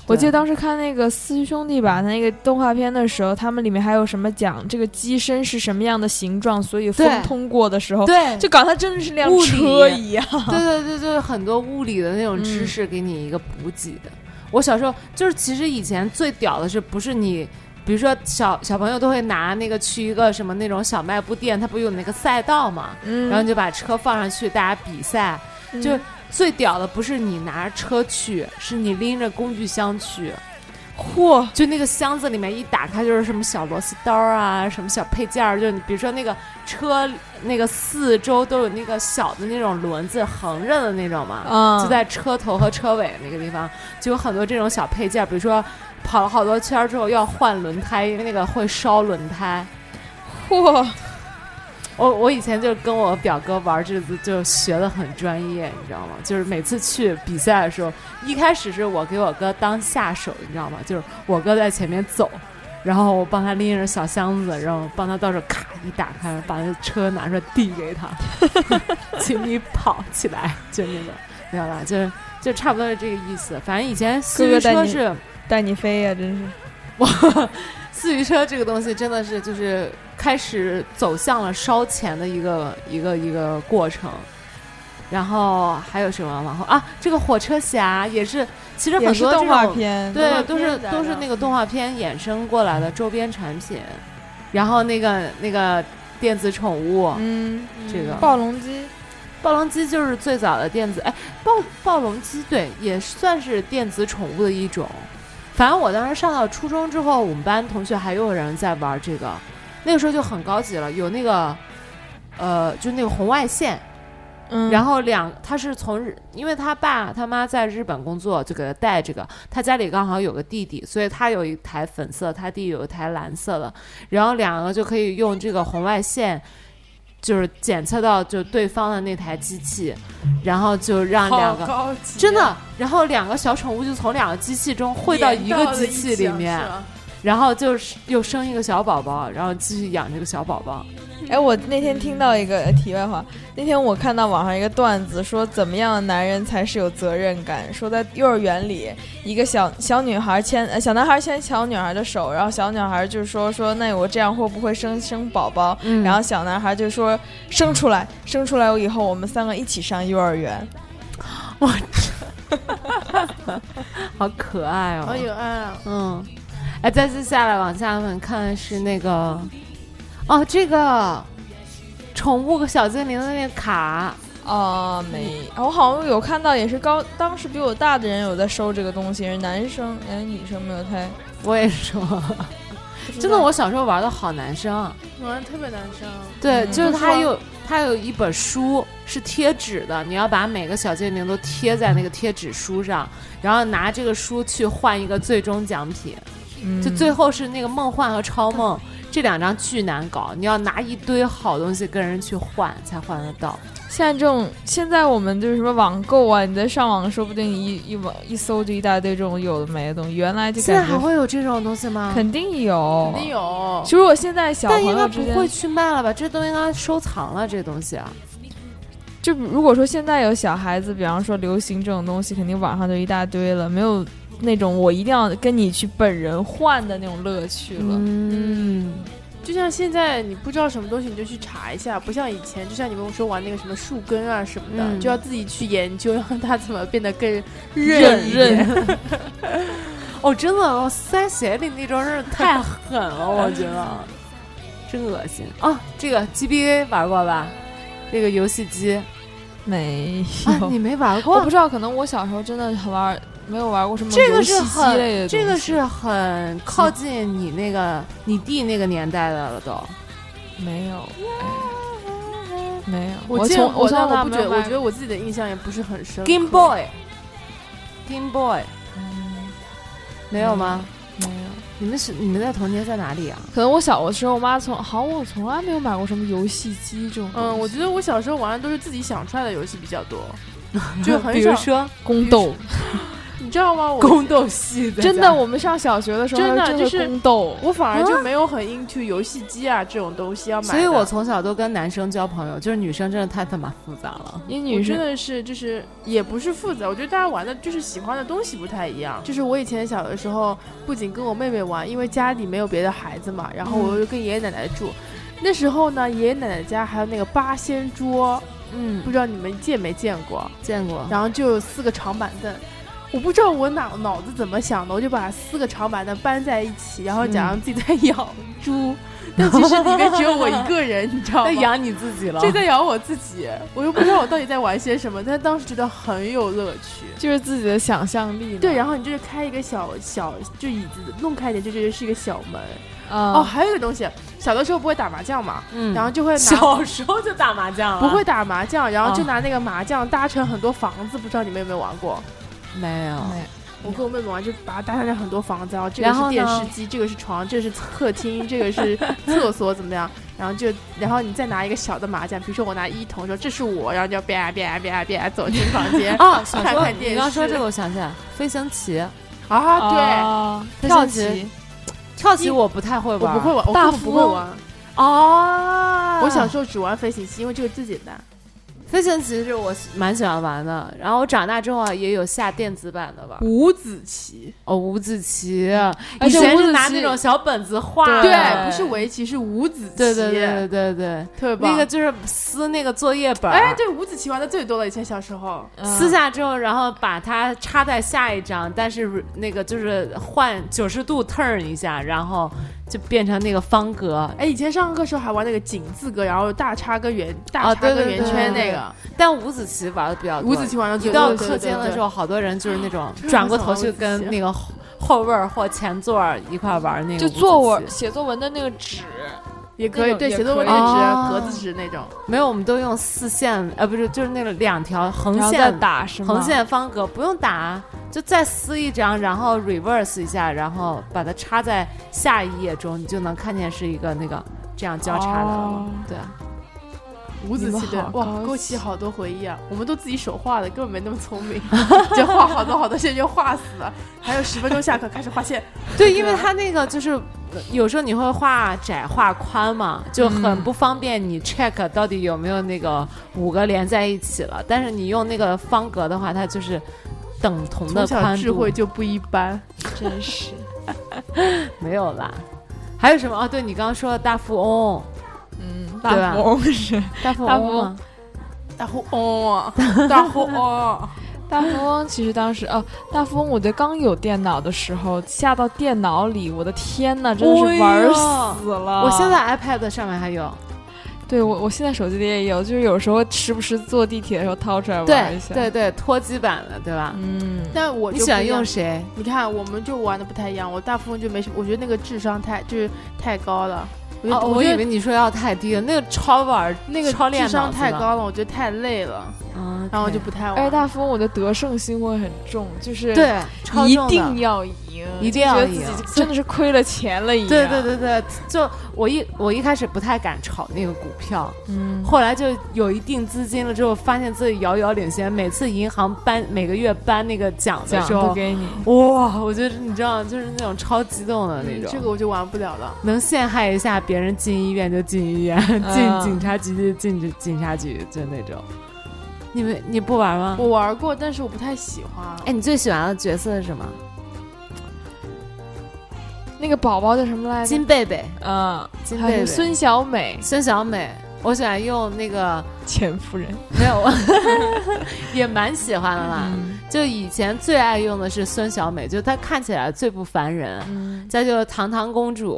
我记得对当时看那个《四驱兄弟》吧，他那个动画片的时候，他们里面还有什么讲这个机身是什么样的形状，所以对风通过的时候，对，就搞得它真的是辆物理啊车一 样。对对对，就是很多物理的那种知嗯识给你一个补给的。我小时候就是，其实以前最屌的是不是你，比如说小小朋友都会拿那个去一个什么那种小卖部店，它不有那个赛道嘛，嗯然后你就把车放上去，大家比赛。就最屌的不是你拿着车去，是你拎着工具箱去。嚯，就那个箱子里面一打开就是什么小螺丝刀啊，什么小配件儿，就你比如说那个车那个四周都有那个小的那种轮子横着的那种嘛，嗯，就在车头和车尾那个地方，就有很多这种小配件儿，比如说跑了好多圈儿之后要换轮胎，因为那个会烧轮胎。嚯，我我以前就跟我表哥玩这个，就学的很专业，你知道吗？就是每次去比赛的时候，一开始是我给我哥当下手，你知道吗？就是我哥在前面走，然后我帮他拎着小箱子，然后帮他到时候咔一打开，把那车拿出来递给 他，请你跑起来，就那种，没有啦，就是就差不多是这个意思。反正以前私哥域哥带车你是。带你飞呀、真是。 四驱车这个东西真的是就是开始走向了烧钱的一个一个一个过程。然后还有什么往后啊？这个火车侠也是，其实很也是多这动画种片，动对，画都片是来都的是那个动画片衍生过来的周边产品。然后那个那个电子宠物，嗯，这个暴龙机，暴龙机就是最早的电子，哎，暴暴龙机对，也算是电子宠物的一种。反正我当时上到初中之后，我们班同学还有人在玩这个，那个时候就很高级了，有那个，呃，就那个红外线，嗯，然后后两，他是从日，因为他爸他妈在日本工作，就给他带这个。他家里刚好有个弟弟，所以他有一台粉色，他弟有一台蓝色的。然后两个就可以用这个红外线，就是检测到就对方的那台机器，然后就让两个高级啊真的，然后两个小宠物就从两个机器中汇到连一个了机一器起里啊面是，啊然后就是又生一个小宝宝，然后继续养这个小宝宝。哎，我那天听到一个呃题外话，那天我看到网上一个段子，说怎么样的男人才是有责任感？说在幼儿园里，一个小小女孩牵呃小男孩牵小女孩的手，然后小女孩就说说那我这样会不会生生宝宝？嗯然后小男孩就说生出来，生出来以后我们三个一起上幼儿园。好可爱哦！好有爱啊！嗯，哎，再接下来往下面看的是那个，哦，这个宠物小精灵的那个卡，哦啊，没，我好像有看到，也是高，当时比我大的人有在收这个东西，是男生，哎，女生没有太，我也说，不知 真的，道我小时候玩的好男生啊，玩的特别难受，对，嗯就是不它说有它有一本书是贴纸的，你要把每个小精灵都贴在那个贴纸书上，然后拿这个书去换一个最终奖品，嗯就最后是那个梦幻和超梦。这两张巨难搞，你要拿一堆好东西跟人去换才换得到。现在这种，现在我们就是什么网购啊，你在上网，说不定一一网一搜就一大堆这种有的没的东西，原来就现在感还觉会有这种东西吗？肯定有，肯定。有其。实我现在小但应朋友该之不间会，去卖了吧？这都应该收藏了，这东西啊。就如果说现在有小孩子，比方说流行这种东西，肯定网上就一大堆了，没有那种我一定要跟你去本人换的那种乐趣了。嗯，就像现在你不知道什么东西，你就去查一下，不像以前，就像你跟我说玩那个什么树根啊什么的，嗯就要自己去研究，让它怎么变得更认韧认一点。 啊哦，真的，我塞鞋里那招真是太狠了， 我觉得，真恶心啊！这个 GBA 玩过吧？这个游戏 机没有、啊，你没玩我过不？知道，可能我小时候真的很玩，没有玩过什么这游个戏是机类很，的东西。这个是很靠近你那个你弟那个年代的了都。没有，哎没有。我见从过，从但来我不没觉得，有我买觉得我自己的印象也不是很深刻。 Game Boy，Game Boy 嗯没有吗？没有。你们是你们的童年在哪 里啊？可能我小的时候，我妈从好像我从来没有买过什么游戏机这种东西。嗯，我觉得我小 时候玩的都是自己想出来的游戏比较多，就很比少如说，宫斗，你你知道吗？我宫斗戏在家，真的，我们上小学的时候真的就就是会宫斗，我反而就没有很 into 游戏机啊这种东西要买的，所以我从小都跟男生交朋友，就是女生真的太他妈复杂了。你我女真生的是就是也不是复杂，我觉得大家玩的就是喜欢的东西不太一样。就是我以前小的时候，不仅跟我妹妹玩，因为家里没有别的孩子嘛，然后我又跟爷爷奶奶住。那时候呢，爷爷奶奶家还有那个八仙桌，嗯不，知道你们见没见过？见过。然后就有四个长板凳，我不知道我脑脑子怎么想的，我就把四个长板凳搬在一起，然后假装自己在养猪，但其实里面只有我一个人，你知道吗？在养你自己了，这在咬我自己，我又不知道我到底在玩些什么，但当时觉得很有乐趣。就是自己的想象力嘛。对，然后你就是开一个小小，就椅子弄开一点，就觉得是一个小门。哦，哦，还有一个东西，小的时候不会打麻将嘛，嗯然后就会拿小时候就打麻将了，不会打麻将，然后就哦拿那个麻将搭成很多房子，不知道你们有没有玩过？没有，没我跟我妹妹玩，就把它搭成很多房子，然后这个然后是呢电视机，这个是床，这个是客厅，这个是厕所，怎么样？然后就，然后你再拿一个小的麻将，比如说我拿一筒说这是我，然后就要啪啪啪啪走进房间 哦，小时看候看电你刚说视这个，我想起来，飞行棋、啊，对，哦飞跳行棋棋、跳棋你我不太会我玩，不会玩，我大根本富不会翁玩。哦，我小时候只玩飞行棋，因为这个最简单。飞行棋是我喜蛮喜欢玩的，然后我长大之后啊也有下电子版的玩，五子棋，哦，五子棋，而以且前五是子拿棋那种小本子画的，对，不是围棋，是五子棋，对对对对对对，特别棒。那个就是撕那个作业本儿，嗯哎，对，五子棋玩的最多了，以前小时候。嗯撕下之后，然后把它插在下一张，但是那个就是换九十度 turn 一下，然后就变成那个方格。哎，以前上课时候还玩那个井字格，然后大叉跟圆大哦叉对跟对圆对圈对那对个，但五子棋玩的比较多，五子棋玩的一最多。到对课间的时，候，好多人就是那种真的转过想头玩去五子棋跟那个后后位儿或前座儿一块儿玩那个就五子作文棋写作文的那个纸，对对对也可以那种对也写作文可以那哦个纸、啊格子纸那种。没有，我们都用四线，呃，不是，就是那个两条横然后再线打是吗？横线方格不用打，就再撕一张，然后 reverse 一下，然后把它插在下一页中，你就能看见是一个那个这样交叉的了。哦对啊，五子你们棋对，好哇高，勾起级好多回忆啊！我们都自己手画的，根本没那么聪 明，就画好多好多线就画死了。还有十分钟下课开始画线，对，因为它那个就是呃有时候你会画窄画宽嘛，就很不方便你 check 到底有没有那个五个连在一起了。但是你用那个方格的话，它就是等同从的小宽智度慧，就不一般。真是。没有啦。还有什么？哦，对你刚刚说的大富翁，嗯，对吧大富翁是大富大富翁翁吗大富翁 啊，大富翁，啊大富翁，其实当时哦，大富翁，我觉得刚有电脑的时候，下到电脑里，我的天呐，真的哎是呦玩死 了。我现在 iPad 上面还有。对我，我现在手机里也有，就是有时候时不时坐地铁的时候掏出来玩一对下。对，对，脱机版的，对吧？嗯， 但我你就喜欢不一样用谁？你看，我们就玩的不太一样。我大富翁就没什么，我觉得那个智商太就是太高了。我觉得、哦，我觉以得为你说要太低了，那个超玩儿那个超智练脑商子太的，高了，我觉得太累了，嗯，然后我就对不太而且玩。哎大富翁，我的得胜心会很重，就是对，超一重的定要赢，一定要就觉得赢自己真的是亏了钱了一样。对对，对对，就我一我一开始不太敢炒那个股票，嗯，后来就有一定资金了之后，发现自己遥遥领先。每次银行颁每个月颁那个奖的奖时都候，给你。哇，我觉得你知道，就是那种超激动的那嗯种。这个我就玩不了了。能陷害一下别人，进医院就进医院，进嗯警察局就进警警察局，就那种。你们你不玩吗？我玩过，但是我不太喜欢。哦哎，你最喜欢的角色是什么？那个宝宝叫什么来着？金贝贝、嗯，金还有贝贝孙小美、孙小美。我喜欢用那个钱夫人。没有， 我也蛮喜欢的啦。嗯就以前最爱用的是孙小美，就她看起来最不烦人。嗯，再就是糖糖公主、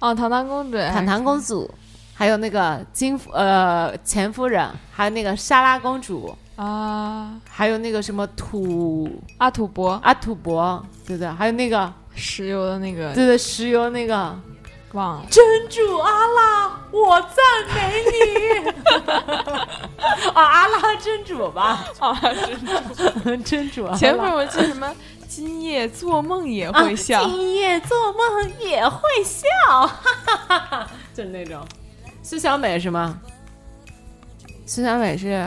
哦，糖糖公主，糖糖公主，还有那个金夫呃钱夫人，还有那个莎拉公主。啊，还有那个什么土阿土伯阿土伯，对对，还有那个石油的那个对对石油那个忘了，真主阿拉，我赞美你。 啊，阿拉真主 吧，啊，真的真主阿拉。前面我记得什么，今夜做梦也会笑啊，今夜做梦也会笑， 哈哈哈哈，就是那种。孙小美是吗？孙小美是。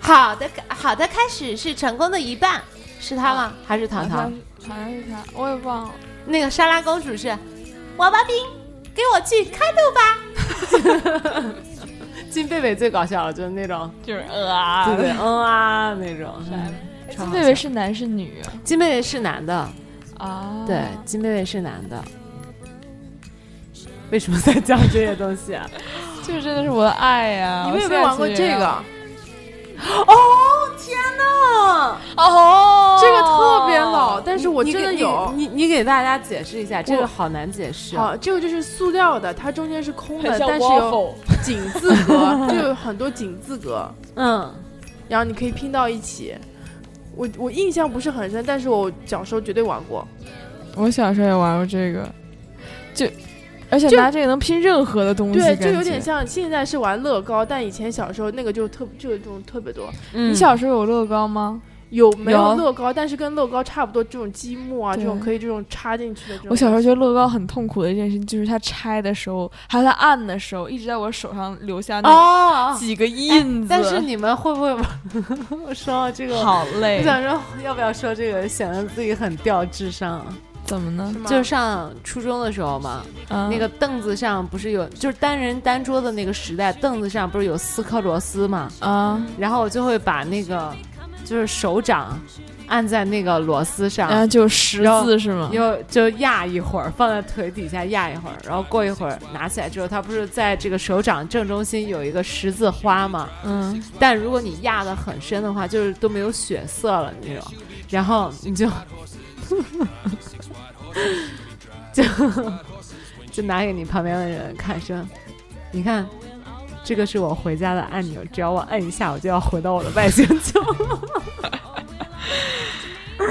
好的，好的开始是成功的一半，是他吗？还是好啊糖像糖？好像是他，我也忘了。那个莎拉公主是娃娃兵，给我去开路吧。 金贝贝最搞笑了，就是那种就是 啊，对 对嗯啊那种。嗯超金好贝贝笑哦是男是女金贝贝是男的，啊？对，金贝贝是男的。为什么在讲这些东西 啊？就真的是我的爱呀！你们有没有我玩过现在这觉得个？哦天哪！哦，这个特别老，但是我真的有。你你给大家解释一下，这我个好难解释。好，这个就是塑料的，它中间是空的很，像但是有 waffle，井字格， 就有很多井字格，嗯，然后你可以拼到一起。我我印象不是很深，但是我小时候绝对玩过。我小时候也玩过这个，就而且就拿这个能拼任何的东西，对，就感有点觉。像现在是玩乐高，但以前小时候那个就特就这种特别多，你你小时候有乐高吗？有没有有乐高？但是跟乐高差不多，这种积木啊，这对种可以这种插进去的这种。我小时候觉得乐高很痛苦的一件事情，就是它拆的时候，还有它按的时候，一直在我手上留下那哦，几个哎印子，但是你们会不会玩？ 我说到这个，好我累，想说要不要说这个，显得自己很掉智商。嗯怎么呢是？吗就是上初中的时候嘛，啊那个凳子上不是有，就是单人单桌的那个时代，凳子上不是有四颗螺丝嘛？啊，然后我就会把那个就是手掌按在那个螺丝上，然后就十然后字是吗？又就压一会儿，放在腿底下压一会儿，然后过一会儿拿起来之后，它不是在这个手掌正中心有一个十字花吗？嗯，但如果你压得很深的话，就是都没有血色了那种，然后你就 就就拿给你旁边的人看，说你看。这个是我回家的按钮，只要我摁一下，我就要回到我的外星球。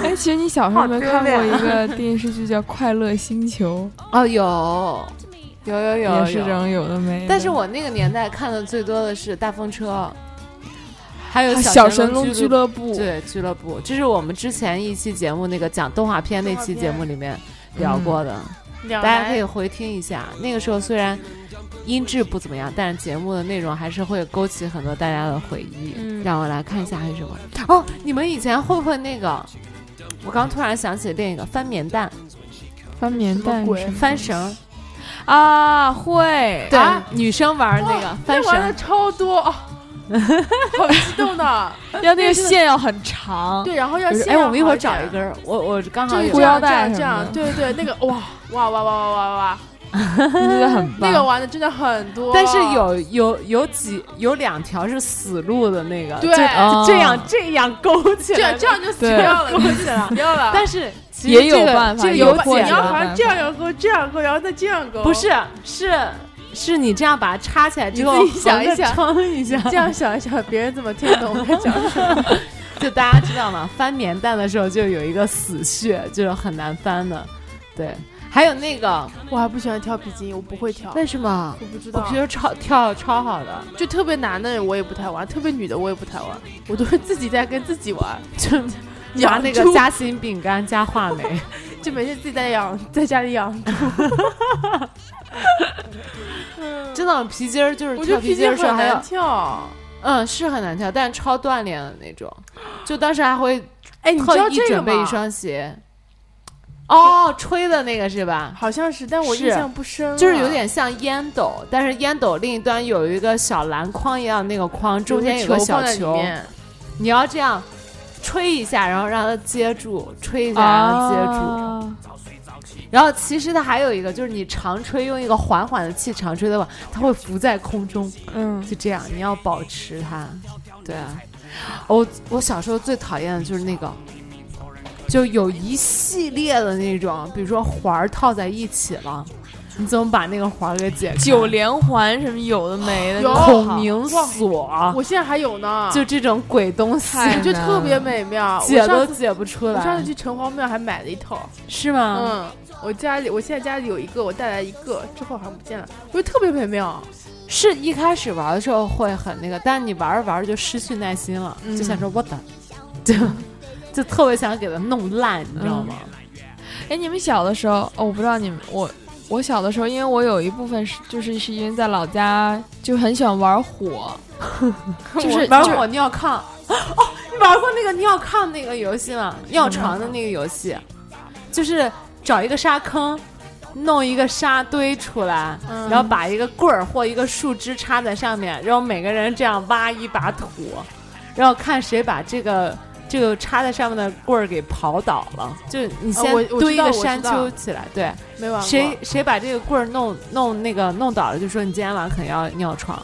哎，其实你小时候有没有好看过丢啊一个 电视剧叫《快乐星球 哦，有，有有》，有，也是这种有的没的。但是我那个年代看的最多的是大风车，还有啊小小神龙龙俱乐乐部，对俱乐部，这是我们之前一期节目那个讲动画片那期节目里面聊过的，两大家可以难回听一下。那个时候虽然音质不怎么样，但是节目的内容还是会勾起很多大家的回忆。嗯让我来看一下还有什么哦，你们以前会不会那个？我刚突然想起另一个翻棉蛋、翻棉什么蛋 鬼是吗翻绳，啊，会对，啊女生玩那个翻哦那玩的绳，超多，哦好激动的。要 那个线要很长，对，然后要就是线哎，要我们一会好儿找点一根儿，我我刚好就是有裤这腰样这带样什这么样，的对对，那个哇哇哇哇哇哇哇，真的很棒。那个玩的真的很多，但是有有有几有两条是死路的那个，对就哦这样这样勾起这来样的，这样就死对掉了，就死掉了。但是其实也有这个办法这个有有办解法你的要有好办像法这样勾，这样勾，然后再这样勾，不是是是你这样把它插起来之后，你自己想一想横着撑一下， 这样想一想，别人怎么听懂我在讲什么？就大家知道吗？翻棉蛋的时候就有一个死穴，就是很难翻的，对。还有那个我还不喜欢跳皮筋，我不会跳，为什么？我不知我道，平时超跳超好的，就特别男的我也不太玩，特别女的我也不太玩，我都是自己在跟自己玩，就 拿养那个猪夹心饼干加话梅。 就每天自己在养，在家里养。真的皮筋儿就是我觉跳得皮筋筋儿的时候很还有难，跳。嗯，是很难跳，但是超锻炼的那种。就当时还会哎，你知特道意这个准备一吗？双鞋。哦，吹的那个是吧？好像是，但我印是象不深了，就是有点像烟斗，但是烟斗另一端有一个小篮筐一样那个筐，中间有个小放在里球，面你要这样吹一下，然后让它接住，吹一下让它接住。哦啊，然后其实它还有一个就是你长吹，用一个缓缓的气长吹的话，它会浮在空中。嗯，就这样，你要保持它。对啊，我我小时候最讨厌的就是那个，就有一系列的那种，比如说环儿套在一起了，你怎么把那个环儿给解开？九连环什么有的没的，有真的孔好明锁，我现在还有呢，啊就这种鬼东西，太就难特别了美妙。我解都上次解不出我上次来，去城隍庙还买了一套，是吗？嗯，我家里我现在家里有一个，我带来一个，之后好像不见了，我觉得特别美妙。是一开始玩的时候会很那个，但是你玩着玩着就失去耐心了，嗯就想说我的，就就特别想给它弄烂，你知道吗？哎，你们小的时候，哦我不知道你们我。我小的时候，因为我有一部分是，就是是因为在 老家就很喜欢玩火，就是玩就是火尿炕，哦，你玩过那个尿炕那个游戏吗？嗯尿床的那个游戏，就是找一个沙坑，弄一个沙堆出来，嗯然后把一个棍儿或一个树枝插在上面，然后每个人这样挖一把土，然后看谁把这个。这个插在上面的棍儿给刨倒了，就你先哦我我堆一知道个我知山道丘起来，对，没玩过。谁谁把这个棍儿弄弄那个弄倒了，就说你今天晚上肯定要尿床。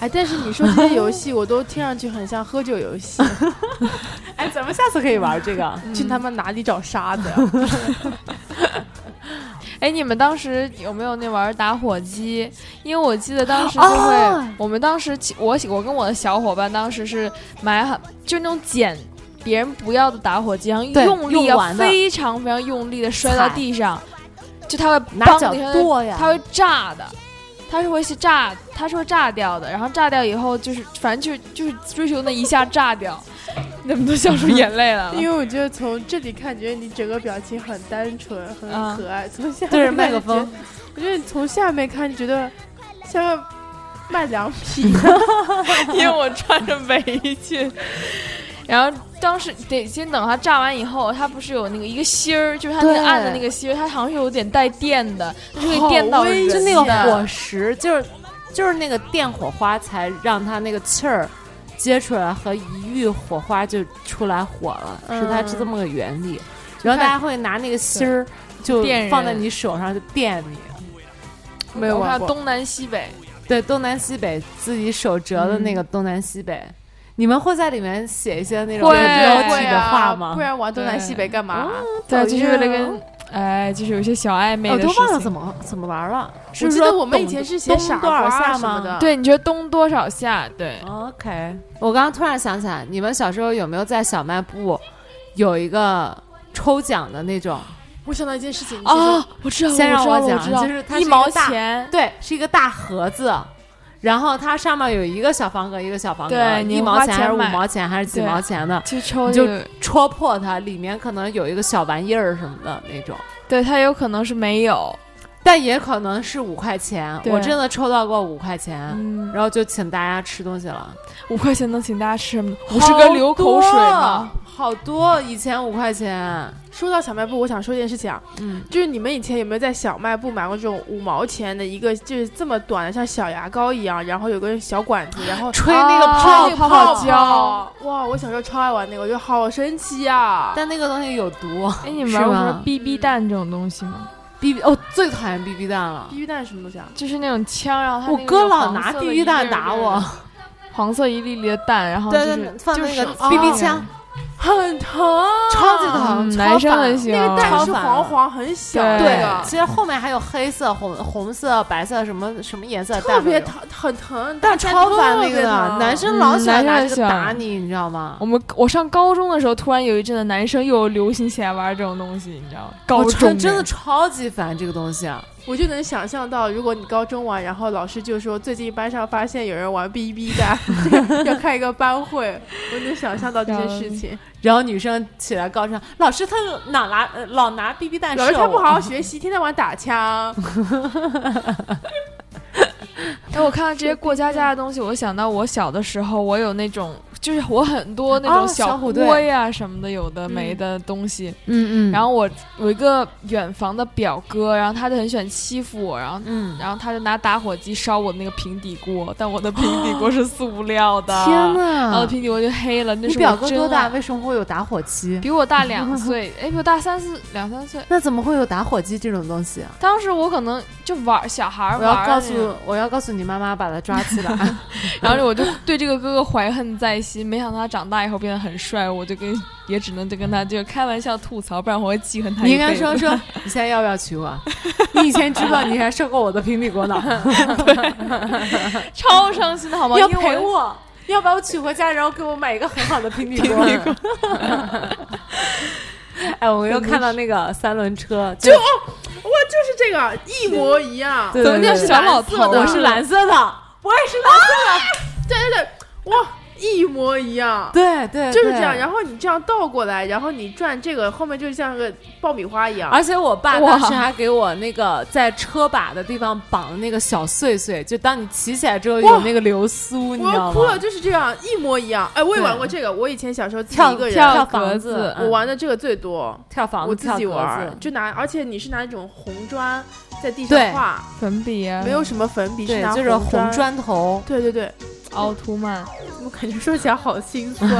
哎，但是你说这些游戏，我都听上去很像喝酒 游戏。哎，咱们下次可以玩这个。去他们哪里找沙子呀？哎，你们当时有没有那玩儿打火机？因为我记得当时哦就会，我们当时起我我跟我的小伙伴当时是买很就那种捡别人不要的打火机，然后对用力用要完的非常非常用力的摔到踩地上，就它会拿梆脚的一下跺呀它会炸的。它是会是炸，它是会炸掉的，然后炸掉以后就是，反正就就是追求那一下炸掉，你们都笑出眼泪来了。 因为我觉得从这里看，觉得你整个表情很单纯，很啊可爱。从下面对着看麦克就觉得风，我觉得你从下面看，觉得像个卖凉 皮。因为我穿着围裙。 然后当时得先等它炸完以后，它不是有那个一个芯儿，就是它那个对按的那个芯儿，它好像是有点带电的，它是会好电到危人就的那个火石，就是就是那个电火花才让它那个气儿接出来，和一遇火花就出来火了，是它嗯是这么个原理。然后大家会拿那个芯儿就电人放在你手上就电你。没有我玩看过东南西北，对，东南西北自己手折的嗯那个东南西北，你们会在里面写一些那种会很会标对题的话啊，吗不？然玩东南西北干嘛？对，讨就是哦为了厌跟哎，就是有一些小暧昧我的都事忘了情。怎么怎么玩了。我是记说得我们以懂前是写东傻多少瓜下什么吗的，对，你觉得东多少下？对， OK，我刚刚突然想起来，你们小时候有没有在小卖部有一个抽奖的那种？我想到一件事情，你先说哦，我知道了，先让我我知道了讲我知道了就是它是一一个毛大钱，对，是一个大盒子，然后它上面有一个小方格，一个小方格，对你一毛花钱钱还是五买毛钱还是几对毛钱的，就抽你就这个戳破它，里面可能有一个小玩意儿什么的那种。对，它有可能是没有，但也可能是五块钱，对我真的抽到过五块钱，嗯，然后就请大家吃东西了。五块钱能请大家吃什么？五十个流口水吗？好多，以前五块钱，说到小卖部，我想说一件事情啊，嗯，就是你们以前有没有在小卖部买过这种五毛钱的一个，就是这么短的，像小牙膏一样，然后有个小管子，然 后哦吹那个啊泡吹那个泡泡胶胶胶。哇，我小时候超爱玩那个，我觉得好神奇啊！但那个东西有毒。哎，你们是玩过什吗么 BB 弹这种东西吗？ B B 哦，最讨厌 B B 弹了。避孕蛋是什么东西啊？就是那种枪，然后它我那个哥有老黄拿色 B 的 B 一弹粒儿打一粒儿我的， 黄色一粒粒的弹，然后就对是对，放就那个手 BB 哦枪，很疼，超级疼，嗯超男生烦很喜那个欢蛋超是烦啊黄黄很小对的那对，个，其实后面还有黑色、红红色、白色什么什么颜色的蛋特都有，别疼，很疼，但超烦那特别个的，疼男生老喜欢嗯拿男生这喜个欢打你，你知道吗我？们我上高中的时候，突然有一阵子男生又流行起来玩这种东西，你知道吗？高我中真真的人超哎级烦这个东西啊！我就能想象到，如果你高中玩，然后老师就说最近班上发现有人玩 BB 蛋， 要开一个班会，我能想象到这件事情。然后女生起来告状，老师他哪拿呃老拿 BB 弹射老师他不我好好学习，天天玩 打枪，哎，我看到这些过家家的东西，我想到我小的时候，我有那种就是我很多那种啊小虎队锅呀什么的，有的没的东西。嗯嗯然后后我有一个远房的表哥，然后他就很喜欢欺负我，然后嗯，然后他就拿打火机烧我那个平底锅，但我的平底锅是塑料的，天然后呐！平底锅就黑了。那呃你是表我哥真多大？爱，为什么会有打火机？比我 大两岁，哎，比我大三四两三岁。那怎么会有打火机这种东西啊？当时我可能就玩小孩儿我玩儿要告那种，诉我要告诉你妈妈，把他抓起 来。 然后我就对这个哥哥怀恨在心，没想到他长大以后变得很帅，我就跟也只能就跟他就开玩笑吐槽，不然我会记恨他你一辈子。应该说说，你现在要不要娶我？ 你以前知道你还受过我的平底锅呢， 超伤心的好吗？要因为陪我我，要把我娶回家，然后给我买一个很好的平底锅。 哎，我又看到那个三轮车，就哦我就是这个一模一样。对对对小老头儿，我是蓝色的，我也是蓝色的。对对对，哇，一模一样。对对，就是对这样，然后你这样倒过来，然后你转这个，后面就像个爆米花一样。而且我爸哇当时还给我那个在车把的地方绑那个小碎碎，就当你骑起来之后哇有那个流苏，你知我道要哭了，吗？就是这样，一模一样。哎，我也对玩过这个，我以前小时候自己跳一个人，跳跳格房子子，我嗯玩的这个最多。跳房子，我自己跳格玩儿子，就拿，而且你是拿那种红砖在地对上画，粉笔啊，没有什么粉笔，对拿，就是红红。砖 头。对对对，奥特曼，我感觉说起来好心酸。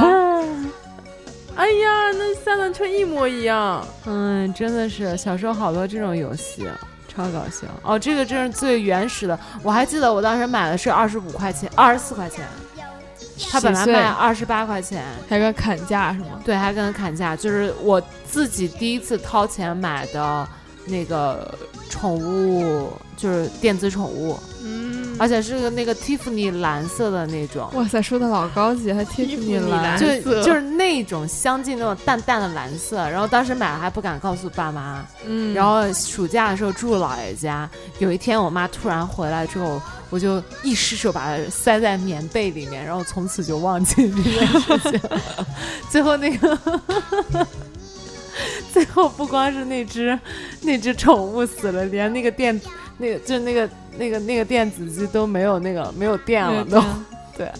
哎呀，那三轮车一模一样。 嗯，真的是小时候好多这种游戏，超搞笑哦！这个真是最原始的，我还记得我当时买的是二十五块钱，二十四块钱，他本来几岁卖二十八块钱，还有个砍价是吗？对，还跟人砍价，就是我自己第一次掏钱买的那个宠物，就是电子宠物，嗯，而且是个那个蒂芙尼蓝色的那种，哇塞，说的老高级，还贴衣服你你蓝蓝就色就是那种相近那种淡淡的蓝色。然后当时买了还不敢告诉爸妈，嗯，然后暑假的时候住姥爷家，有一天我妈突然回来之后，我就一失手把它塞在棉被里面，然后从此就忘记这件事情了。最后那个，最后不光是那只那只宠物死了，连那个电那个就那个那个那个电子机都没有那个没有电了都。对，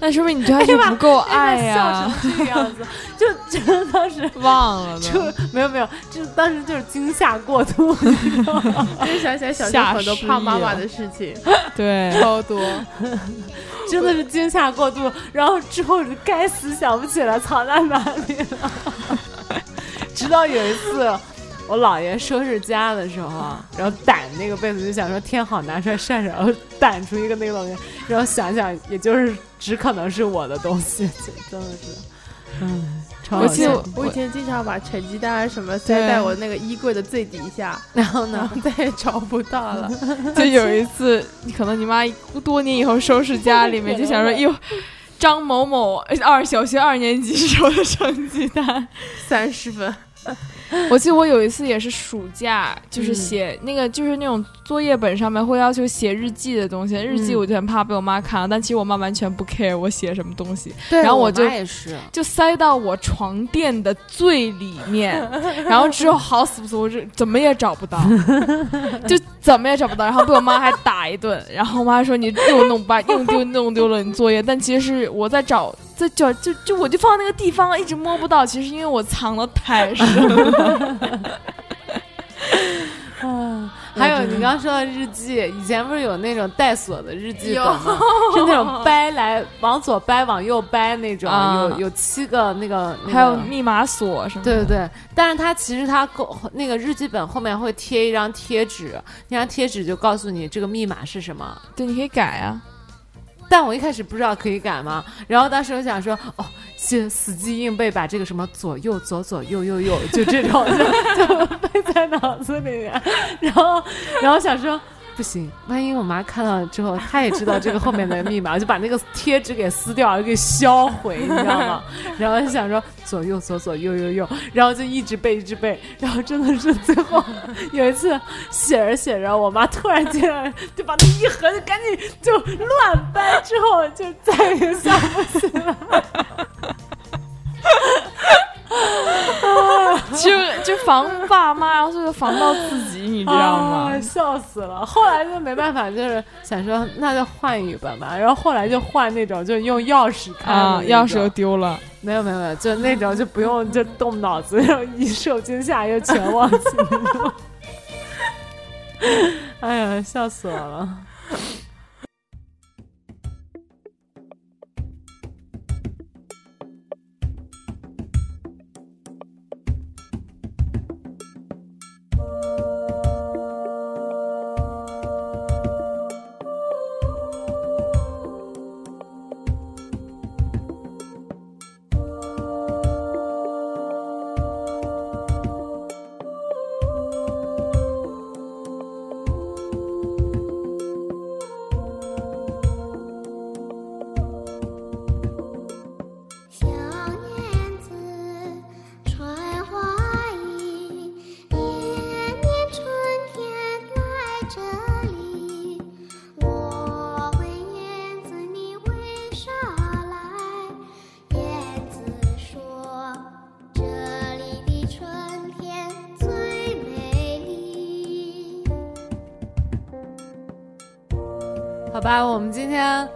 那说明你对他就不够爱 哎啊呀，笑成这个样子，就觉得当时。忘 了就都。没有没有，就是当时就是惊吓过度，真想起来小时候吓很多失怕忆妈妈了的事 情，对，超多。 真的是惊吓过度，然后之后就该死想不起来藏在哪里了。直到有一次，我姥爷收拾家的时候，然后掸那个被子，就想说天好拿出来晒晒，然后掸出一个那个东西，然后想想也就是只可能是我的东西，就真的是，嗯，超我好记得笑。我以前经常把成绩单啊什么塞对在我那个衣柜的最底下，然后然呢，后 再也找不到 了。 就有一次，可能你妈多年以后收拾家 里面，就想说，哟，张某某二小学二年级时候的成绩单。 三十 分，我记得我有一次也是暑假，就是嗯写那个就是那种作业本上面会要求写日记的东西，日记嗯我就很怕被我妈看到，但其实我妈完全不 care 我写什么东西，对然后我我就妈也是，就塞到我床垫的最里面， 然后之后好死不死，我就怎么也找 不到，就怎么也找不到，然后被我妈还打一顿，然后我妈说你又弄把又丢弄丢了你作业，但其实是我在找，在找就就我就放那个地方一直摸不到，其实因为我藏的 太深了，啊，还嗯有你刚说的日记，以前不是有那种带锁的日记本有 吗？是那种掰来往左掰往右掰那种，啊有有七个那个，那个还有密码锁什么对的，对对，但是它其实它够那个日记本后面会贴一张贴纸，那张贴纸就告诉你这个密码是什么。对，你可以改啊，但我一开始不知道可以改嘛，然后当时我想说，哦，死死记硬背把这个什么左右左左右右右，就这种 就就背在脑子里面，然后然后想说。不行，万一我妈看到之后，她也知道这个后面的密码，我就 把那个贴纸给撕掉，给销毁，你知道吗？然后就想说左右左左右右右，然后就一直背一直背，然后真的是最后有一次写着写着，我妈突然间就把它一合，就赶紧就乱掰，之后就再也想不起来。就就防爸妈，然后最后防到自己， 你知道吗？啊笑死了！后来就没办法，就是想说那就换一本吧，然后后来就换那种就是用钥匙开的啊，那钥匙种又丢了，没有没有没有，就那种就不用就动脑子，然后一受惊吓又全忘记 了。哎呀，笑死我了！好吧，我们今天，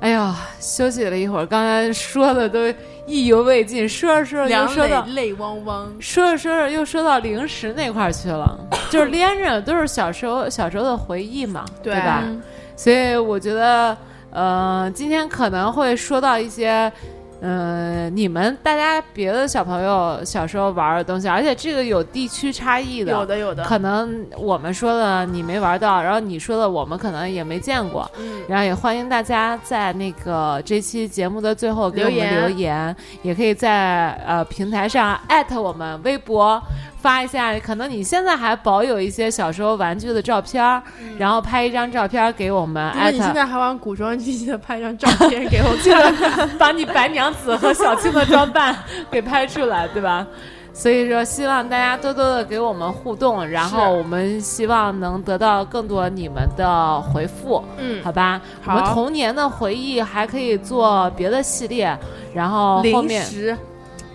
哎呀，休息了一会儿，刚才说的都意犹未尽，说着说着又两说到泪泪汪汪。说着说着又说到零食那块儿去了，就是连着都是小时候小时候的回忆嘛，对对吧？嗯所以我觉得，呃，今天可能会说到一些，呃，你们大家别的小朋友小时候玩的东西，而且这个有地区差异的，有的有的，可能我们说的你没玩到，然后你说的我们可能也没见过。嗯，然后也欢迎大家在那个这期节目的最后给我们留言留言，也可以在呃平台上艾特我们微博发一下，可能你现在还保有一些小时候玩具的照片儿，然后拍一张照片儿给我们嗯如果艾你现特，在还玩古装剧，记得拍张照片给我 记得把你白娘子和小青的装扮给拍出来，对吧？所以说，希望大家多多的给我们互动，然后我们希望能得到更多你们的回复。嗯，好吧，我好们童年的回忆还可以做别的系列，然后后零面食，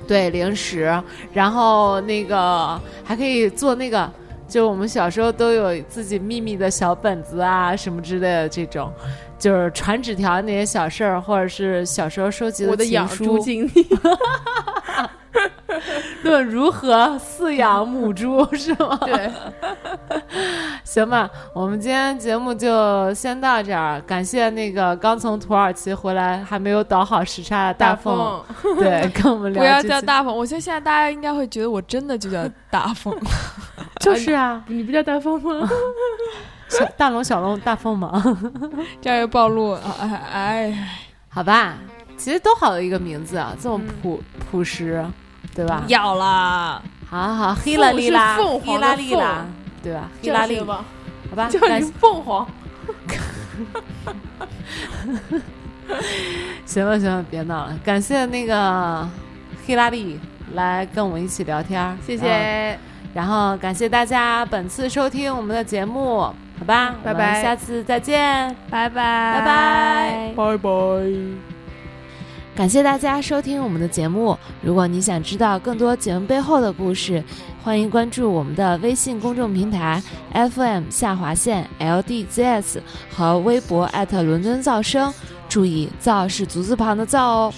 对零食，然后那个还可以做那个，就我们小时候都有自己秘密的小本子啊什么之类的这种，就是传纸条那些小事儿，或者是小时候收集我的情养书猪，经历，论如何饲养母猪 是吗？对，行吧，我们今天节目就先到这儿，感谢那个刚从土耳其回来还没有倒好时差的大凤。凤， 对，跟我们聊。不要叫，大风，我觉得现在大家应该会觉得我真的就叫大 风。呃就是啊，你不叫大凤 吗？小大龙、小龙、大凤 嘛，这样又暴露了，哎哎，好吧，其实都好的一个名字啊，这么朴、朴实，对吧？哎要啦，好好，黑啦哩啦，凤是黑凤凰啦的哩啦，对吧？黑啦哩，吧，好吧， 叫感你凤凰，行了行了，别闹了，感谢那个黑拉力来跟我们一起聊天儿，谢然后谢，然后感谢大家本次收听我们的节目，好吧，拜我们拜下次再见，拜拜拜拜拜。拜拜。感谢大家收听我们的节目。如果你想知道更多节目背后的故事，欢迎关注我们的微信公众平台 FM 下划线 LDZS 和微博伦敦噪声。注意，噪是足字旁的噪哦。